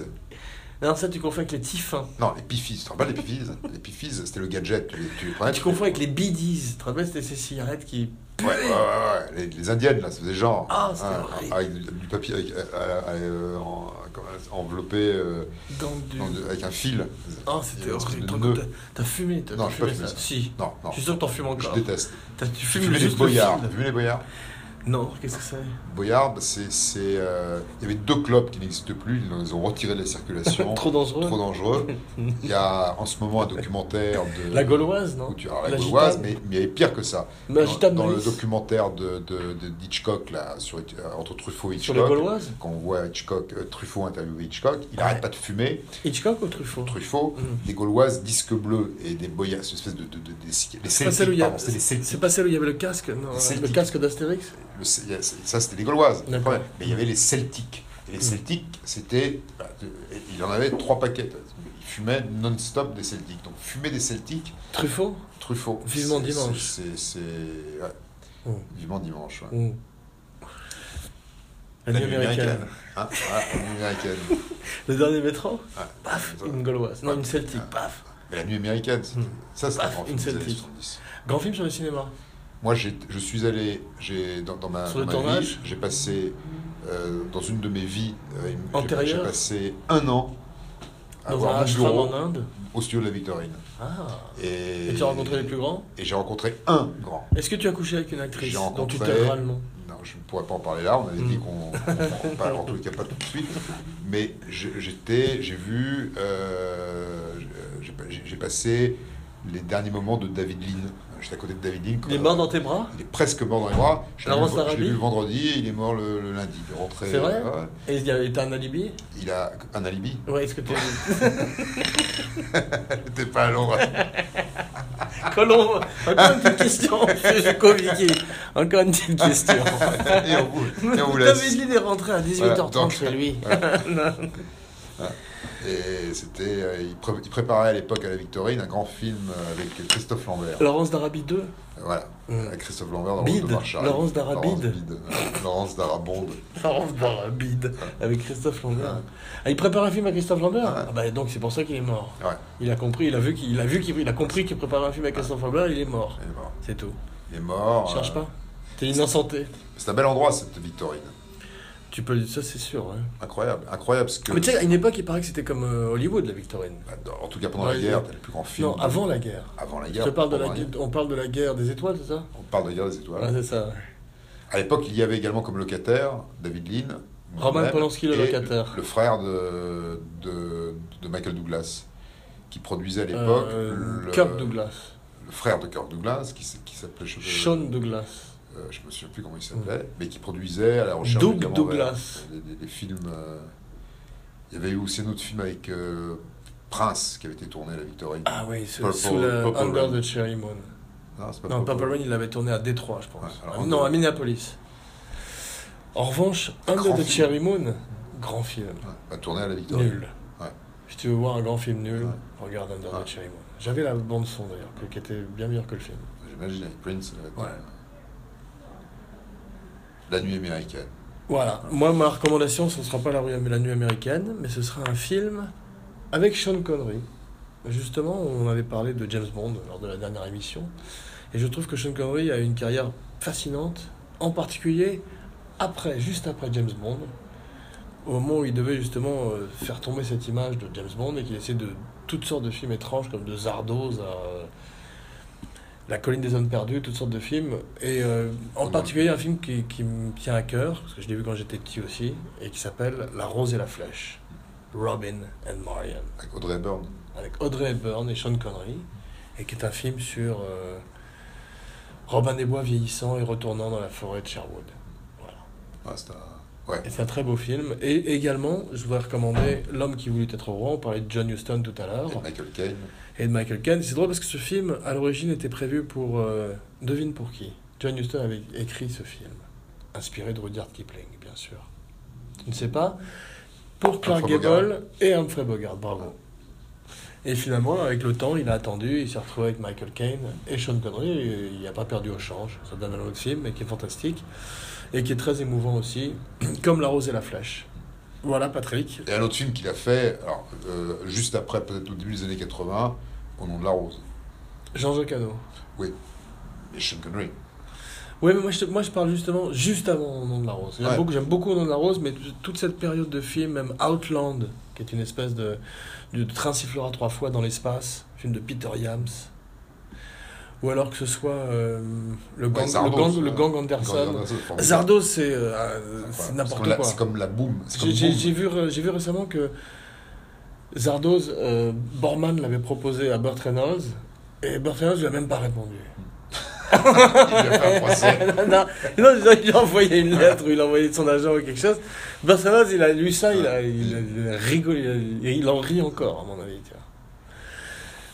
Speaker 3: Non, ça, tu confonds avec les Tifins.
Speaker 2: Non, les Pifis. Tu te rappelles les Pifis Les Pifis, c'était le gadget. Tu les, tu les prenais,
Speaker 3: tu
Speaker 2: les-
Speaker 3: confonds avec les Bidis. Tu te rappelles, c'était ces cigarettes qui.
Speaker 2: Ouais, ouais, ouais. ouais. Les, les Indiennes, là, ça faisait genre.
Speaker 3: Ah, c'était
Speaker 2: hein,
Speaker 3: horrible.
Speaker 2: Avec du, du papier avec, euh, euh, euh, en- comment- enveloppé euh,
Speaker 3: Dans du.
Speaker 2: dans du- avec un fil.
Speaker 3: Oh,
Speaker 2: Il y
Speaker 3: c'était
Speaker 2: avait une espèce
Speaker 3: horrible.
Speaker 2: de
Speaker 3: T'as-
Speaker 2: nœud.
Speaker 3: t'as- T'as fumé, t'as
Speaker 2: Non,
Speaker 3: t'as
Speaker 2: j'ai pas
Speaker 3: fumé
Speaker 2: fumé
Speaker 3: ça.
Speaker 2: ça.
Speaker 3: Si.
Speaker 2: Non, non.
Speaker 3: Je suis sûr que t'en fumes
Speaker 2: Je
Speaker 3: encore.
Speaker 2: déteste.
Speaker 3: T'as- Tu
Speaker 2: Tu
Speaker 3: fumes
Speaker 2: fumais les
Speaker 3: juste le
Speaker 2: boyards.
Speaker 3: fil.
Speaker 2: Tu fumais les boyards
Speaker 3: Non, qu'est-ce que c'est
Speaker 2: Boyard, c'est, c'est, euh, il y avait deux clubs qui n'existent plus, ils les ont retirés de la circulation.
Speaker 3: (laughs) Trop dangereux.
Speaker 2: Trop dangereux. Il y a en ce moment un documentaire de.
Speaker 3: La Gauloise, non
Speaker 2: où tu- alors, La,
Speaker 3: La
Speaker 2: Gauloise,
Speaker 3: Gitane.
Speaker 2: mais, mais il y avait pire que ça.
Speaker 3: Mais la
Speaker 2: dans
Speaker 3: Gitane
Speaker 2: dans
Speaker 3: de
Speaker 2: le
Speaker 3: Nice.
Speaker 2: documentaire de, de, de Hitchcock, là, sur, euh, entre Truffaut et
Speaker 3: Sur
Speaker 2: Hitchcock.
Speaker 3: les Gauloises
Speaker 2: Quand on voit Hitchcock, euh, Truffaut interviewer Hitchcock, il n'arrête pas de fumer.
Speaker 3: Hitchcock ou Truffaut
Speaker 2: Truffaut,
Speaker 3: Mm.
Speaker 2: des Gauloises disques bleus et des Boyards, cette espèce de. de, de- des- des
Speaker 3: C'est pas celle où
Speaker 2: Celtics,
Speaker 3: il y a-
Speaker 2: pardon, c'est des Celtics.
Speaker 3: C'est pas celle où il y avait le casque non,
Speaker 2: Les
Speaker 3: Le
Speaker 2: Celtiques.
Speaker 3: casque d'Astérix
Speaker 2: Le- c'est- il y a- c'est- ça, c'était les Gauloises. le
Speaker 3: D'accord. Mm.
Speaker 2: problème. Mais il y avait les Celtiques. Et les Celtiques, c'était. bah, de- Il en avait trois paquets. Il fumait non-stop des Celtiques. Donc, fumer des Celtiques,
Speaker 3: Truffaut
Speaker 2: Truffaut.
Speaker 3: Vivement
Speaker 2: C'est-
Speaker 3: dimanche.
Speaker 2: c'est- C'est. c'est- ouais.
Speaker 3: Mm.
Speaker 2: Vivement dimanche. ouais.
Speaker 3: Ou- La nuit américaine.
Speaker 2: Hein, voilà, la nuit américaine.
Speaker 3: (laughs) Le dernier métro
Speaker 2: Ouais.
Speaker 3: Paf
Speaker 2: Ça. Ah.
Speaker 3: Une Gauloise. Non,
Speaker 2: Ouais.
Speaker 3: une Celtique.
Speaker 2: Ouais.
Speaker 3: Paf
Speaker 2: Mais la nuit américaine, c'était-
Speaker 3: Mm.
Speaker 2: ça, c'était un
Speaker 3: Paf,
Speaker 2: grand
Speaker 3: une
Speaker 2: film des années
Speaker 3: Celtique.
Speaker 2: 70.
Speaker 3: Grand film sur le cinéma.
Speaker 2: Moi, j'ai- je suis allé, j'ai dans, dans ma,
Speaker 3: Sur le
Speaker 2: dans ma vie,
Speaker 3: tournage
Speaker 2: j'ai passé euh, dans une de mes vies euh, une- j'ai-
Speaker 3: Antérieure
Speaker 2: J'ai passé un an à
Speaker 3: Dans
Speaker 2: voir
Speaker 3: un
Speaker 2: mon
Speaker 3: ashram
Speaker 2: Ah, bureau
Speaker 3: en Inde.
Speaker 2: au studio de la Victorine.
Speaker 3: Ah
Speaker 2: Et,
Speaker 3: Et tu as rencontré les plus grands
Speaker 2: Et j'ai rencontré un grand.
Speaker 3: Est-ce que tu as couché avec une actrice
Speaker 2: J'ai
Speaker 3: dont tu
Speaker 2: rencontré.
Speaker 3: t'es allemand
Speaker 2: Non, je ne pourrais pas en parler là. On avait
Speaker 3: Mm.
Speaker 2: dit qu'on qu'on-
Speaker 3: (laughs)
Speaker 2: pas en tout cas pas tout de suite. Mais je- j'étais, j'ai vu, euh, j'ai- j'ai j'ai passé les derniers moments de David Lean. J'étais à côté de David Lean.
Speaker 3: Il est mort dans tes bras
Speaker 2: Il est presque mort dans les bras. Je l'ai
Speaker 3: Laurence
Speaker 2: vu, je l'ai
Speaker 3: Larrabee
Speaker 2: vu le vendredi et il est mort le, le lundi. Il est rentré.
Speaker 3: C'est vrai
Speaker 2: ouais.
Speaker 3: Et il y a- t'as un alibi
Speaker 2: Il a un alibi. (laughs)
Speaker 3: Ouais, est-ce que t'es. (laughs)
Speaker 2: T'es pas à Londres.
Speaker 3: Colombo Encore une
Speaker 2: (laughs)
Speaker 3: petite question, monsieur Kovicki. Encore une petite question.
Speaker 2: et on vous, et
Speaker 3: (laughs)
Speaker 2: on vous laisse.
Speaker 3: David Lille est rentré à 18h30
Speaker 2: Voilà, donc-
Speaker 3: chez lui.
Speaker 2: Et c'était, euh, il, pré- il préparait à l'époque à la Victorine un grand film euh, avec Christophe Lambert.
Speaker 3: Laurence d'Arabie 2
Speaker 2: Voilà,
Speaker 3: Mm.
Speaker 2: avec Christophe Lambert dans le
Speaker 3: Bide.
Speaker 2: rôle de Marshall.
Speaker 3: Laurence d'Arabide.
Speaker 2: Laurence Bide. Euh, Laurence d'Arabonde.
Speaker 3: Laurence d'Arabie avec Christophe Lambert.
Speaker 2: Ouais.
Speaker 3: Ah, il prépare un film à Christophe Lambert
Speaker 2: Ouais.
Speaker 3: Ah bah, Donc c'est pour ça qu'il est mort.
Speaker 2: Ouais,
Speaker 3: Il a compris, il a vu qu'il il a vu qu'il il a compris qu'il préparait un film à Christophe Lambert, il est mort.
Speaker 2: il est mort.
Speaker 3: C'est tout.
Speaker 2: Il est mort.
Speaker 3: Cherche
Speaker 2: euh,
Speaker 3: pas. T'es innocenté.
Speaker 2: C'est un bel endroit cette Victorine.
Speaker 3: Tu peux le- ça c'est sûr. hein.
Speaker 2: Incroyable, incroyable parce que.
Speaker 3: Ah, Mais tu sais, à une époque, il paraît que c'était comme euh, Hollywood, la Victorine.
Speaker 2: bah, dans- en tout cas pendant
Speaker 3: Ouais,
Speaker 2: la
Speaker 3: il-
Speaker 2: guerre, t'as le plus grand film.
Speaker 3: Non, avant la guerre.
Speaker 2: Avant la
Speaker 3: Je
Speaker 2: guerre.
Speaker 3: te parle de la
Speaker 2: pendant
Speaker 3: guerre- on parle de la guerre des étoiles, c'est ça
Speaker 2: guerre. On parle de la guerre des étoiles.
Speaker 3: Ouais, c'est ça.
Speaker 2: À l'époque, il y avait également comme locataire David Lean.
Speaker 3: Roman
Speaker 2: moi-même,
Speaker 3: Polanski, le
Speaker 2: et
Speaker 3: locataire.
Speaker 2: Le, frère de, de, de Michael Douglas, qui produisait à l'époque.
Speaker 3: Euh,
Speaker 2: le,
Speaker 3: Kirk Douglas.
Speaker 2: le frère de Kirk Douglas, qui, s- qui s'appelait. Je,
Speaker 3: Sean Douglas.
Speaker 2: euh, je me souviens plus comment il s'appelait, mais qui produisait à la recherche
Speaker 3: Doug
Speaker 2: du diamant
Speaker 3: Douglas.
Speaker 2: vert, Des, des- des films. euh, il y avait eu aussi un autre film avec euh, Prince qui avait été tourné à la Victorine.
Speaker 3: Ah oui, ce-
Speaker 2: Purple-
Speaker 3: sous la
Speaker 2: Purple
Speaker 3: Under
Speaker 2: Rain.
Speaker 3: the Cherry Moon.
Speaker 2: Non, c'est pas
Speaker 3: Non,
Speaker 2: Purple
Speaker 3: Purple
Speaker 2: Rain.
Speaker 3: Rain, il l'avait tourné à Détroit, je pense.
Speaker 2: Ouais, alors euh,
Speaker 3: Ah,
Speaker 2: Under-
Speaker 3: non, à Minneapolis. En revanche, Under
Speaker 2: Grand
Speaker 3: the
Speaker 2: film.
Speaker 3: Cherry Moon, grand film.
Speaker 2: Ouais, pas tourné à la Victorine.
Speaker 3: Nul.
Speaker 2: Ouais.
Speaker 3: Si tu veux voir un grand film nul, regarde Under
Speaker 2: Ouais.
Speaker 3: the Cherry Moon. J'avais la bande son d'ailleurs, que- qui était bien meilleure que le film.
Speaker 2: J'imagine avec Prince. euh,
Speaker 3: Ouais.
Speaker 2: La nuit américaine.
Speaker 3: Voilà. Moi, ma recommandation, ce ne sera pas la, rue- la nuit américaine, mais ce sera un film avec Sean Connery. Justement, on avait parlé de James Bond lors de la dernière émission. Et je trouve que Sean Connery a une carrière fascinante, en particulier après, juste après James Bond, au moment où il devait justement euh, faire tomber cette image de James Bond et qu'il essayait de toutes sortes de films étranges, comme de Zardoz à euh, La colline des hommes perdus, toutes sortes de films. Et euh, en
Speaker 2: Ouais.
Speaker 3: particulier un film qui, qui me tient à cœur, parce que je l'ai vu quand j'étais petit aussi, et qui s'appelle La rose et la flèche. Robin and Marian
Speaker 2: Avec Audrey Hepburn.
Speaker 3: avec Audrey Hepburn et Sean Connery, et qui est un film sur euh, Robin des Bois vieillissant et retournant dans la forêt de Sherwood. Voilà.
Speaker 2: Ouais, c'est un- ouais.
Speaker 3: Et c'est un très beau film. Et également, je voudrais recommander L'homme qui voulut être roi. On parlait de John Huston tout à l'heure
Speaker 2: Et Michael Caine.
Speaker 3: et de Michael Caine. C'est drôle parce que ce film, à l'origine, était prévu pour. euh, devine pour qui John Huston avait écrit ce film, inspiré de Rudyard Kipling, bien sûr. Tu ne sais pas Pour Clark
Speaker 2: Humphrey Bogart.
Speaker 3: Gable et Humphrey Bogart, bravo. Et finalement, avec le temps, il a attendu, il s'est retrouvé avec Michael Caine et Sean Connery. et il n'a pas perdu au change. Ça donne un autre film, mais qui est fantastique et qui est très émouvant aussi, (clears throat) comme La Rose et la Flèche. Voilà, Patrick.
Speaker 2: Et un autre film qu'il a fait, alors, euh, juste après, peut-être au début des années 80, Au nom de la rose.
Speaker 3: Jean-Jacques Hano.
Speaker 2: Et Sean Connery.
Speaker 3: Oui, mais moi je, te- moi je parle justement juste avant Au nom de la rose. J'aime
Speaker 2: Ouais.
Speaker 3: beaucoup, j'aime beaucoup Au nom de la rose, mais t- toute cette période de film, même Outland, qui est une espèce de, de train sifflera trois fois dans l'espace, film de Peter Yams, Ou alors que ce soit euh, le, gang,
Speaker 2: Ouais, Zardos,
Speaker 3: le, gang, le
Speaker 2: euh,
Speaker 3: gang
Speaker 2: Gang
Speaker 3: Anderson.
Speaker 2: Anderson, formidable.
Speaker 3: Zardos, c'est euh, euh,
Speaker 2: Voilà.
Speaker 3: c'est
Speaker 2: C'est
Speaker 3: n'importe
Speaker 2: comme la-
Speaker 3: quoi.
Speaker 2: C'est comme la boum. C'est comme
Speaker 3: J'ai- J'ai
Speaker 2: boum.
Speaker 3: j'ai vu, ré- j'ai vu récemment que Zardoz, euh, Borman l'avait proposé à Burt Reynolds, et Burt Reynolds lui a même pas répondu.
Speaker 2: Il lui a (laughs) fait un procès.
Speaker 3: (laughs) non, non, non, il a envoyé une lettre, ou il a envoyé son agent ou quelque chose. Burt Reynolds, il a lu ça, il, a, il, a- il a rigolé, il, a- il en rit encore, à mon avis. tu vois.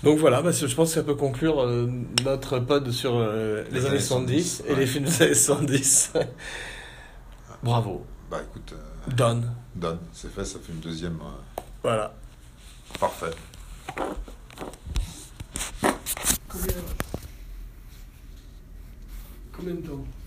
Speaker 3: Donc voilà, bah, c'est- je pense que ça peut conclure euh, notre pod sur euh, les,
Speaker 2: Les
Speaker 3: années
Speaker 2: années
Speaker 3: 70 et
Speaker 2: ouais.
Speaker 3: les films des années 70. Bravo.
Speaker 2: Bah écoute, euh,
Speaker 3: Done.
Speaker 2: donne, c'est fait, ça fait une deuxième. euh,
Speaker 3: Voilà.
Speaker 2: parfait.
Speaker 4: Combien, combien de temps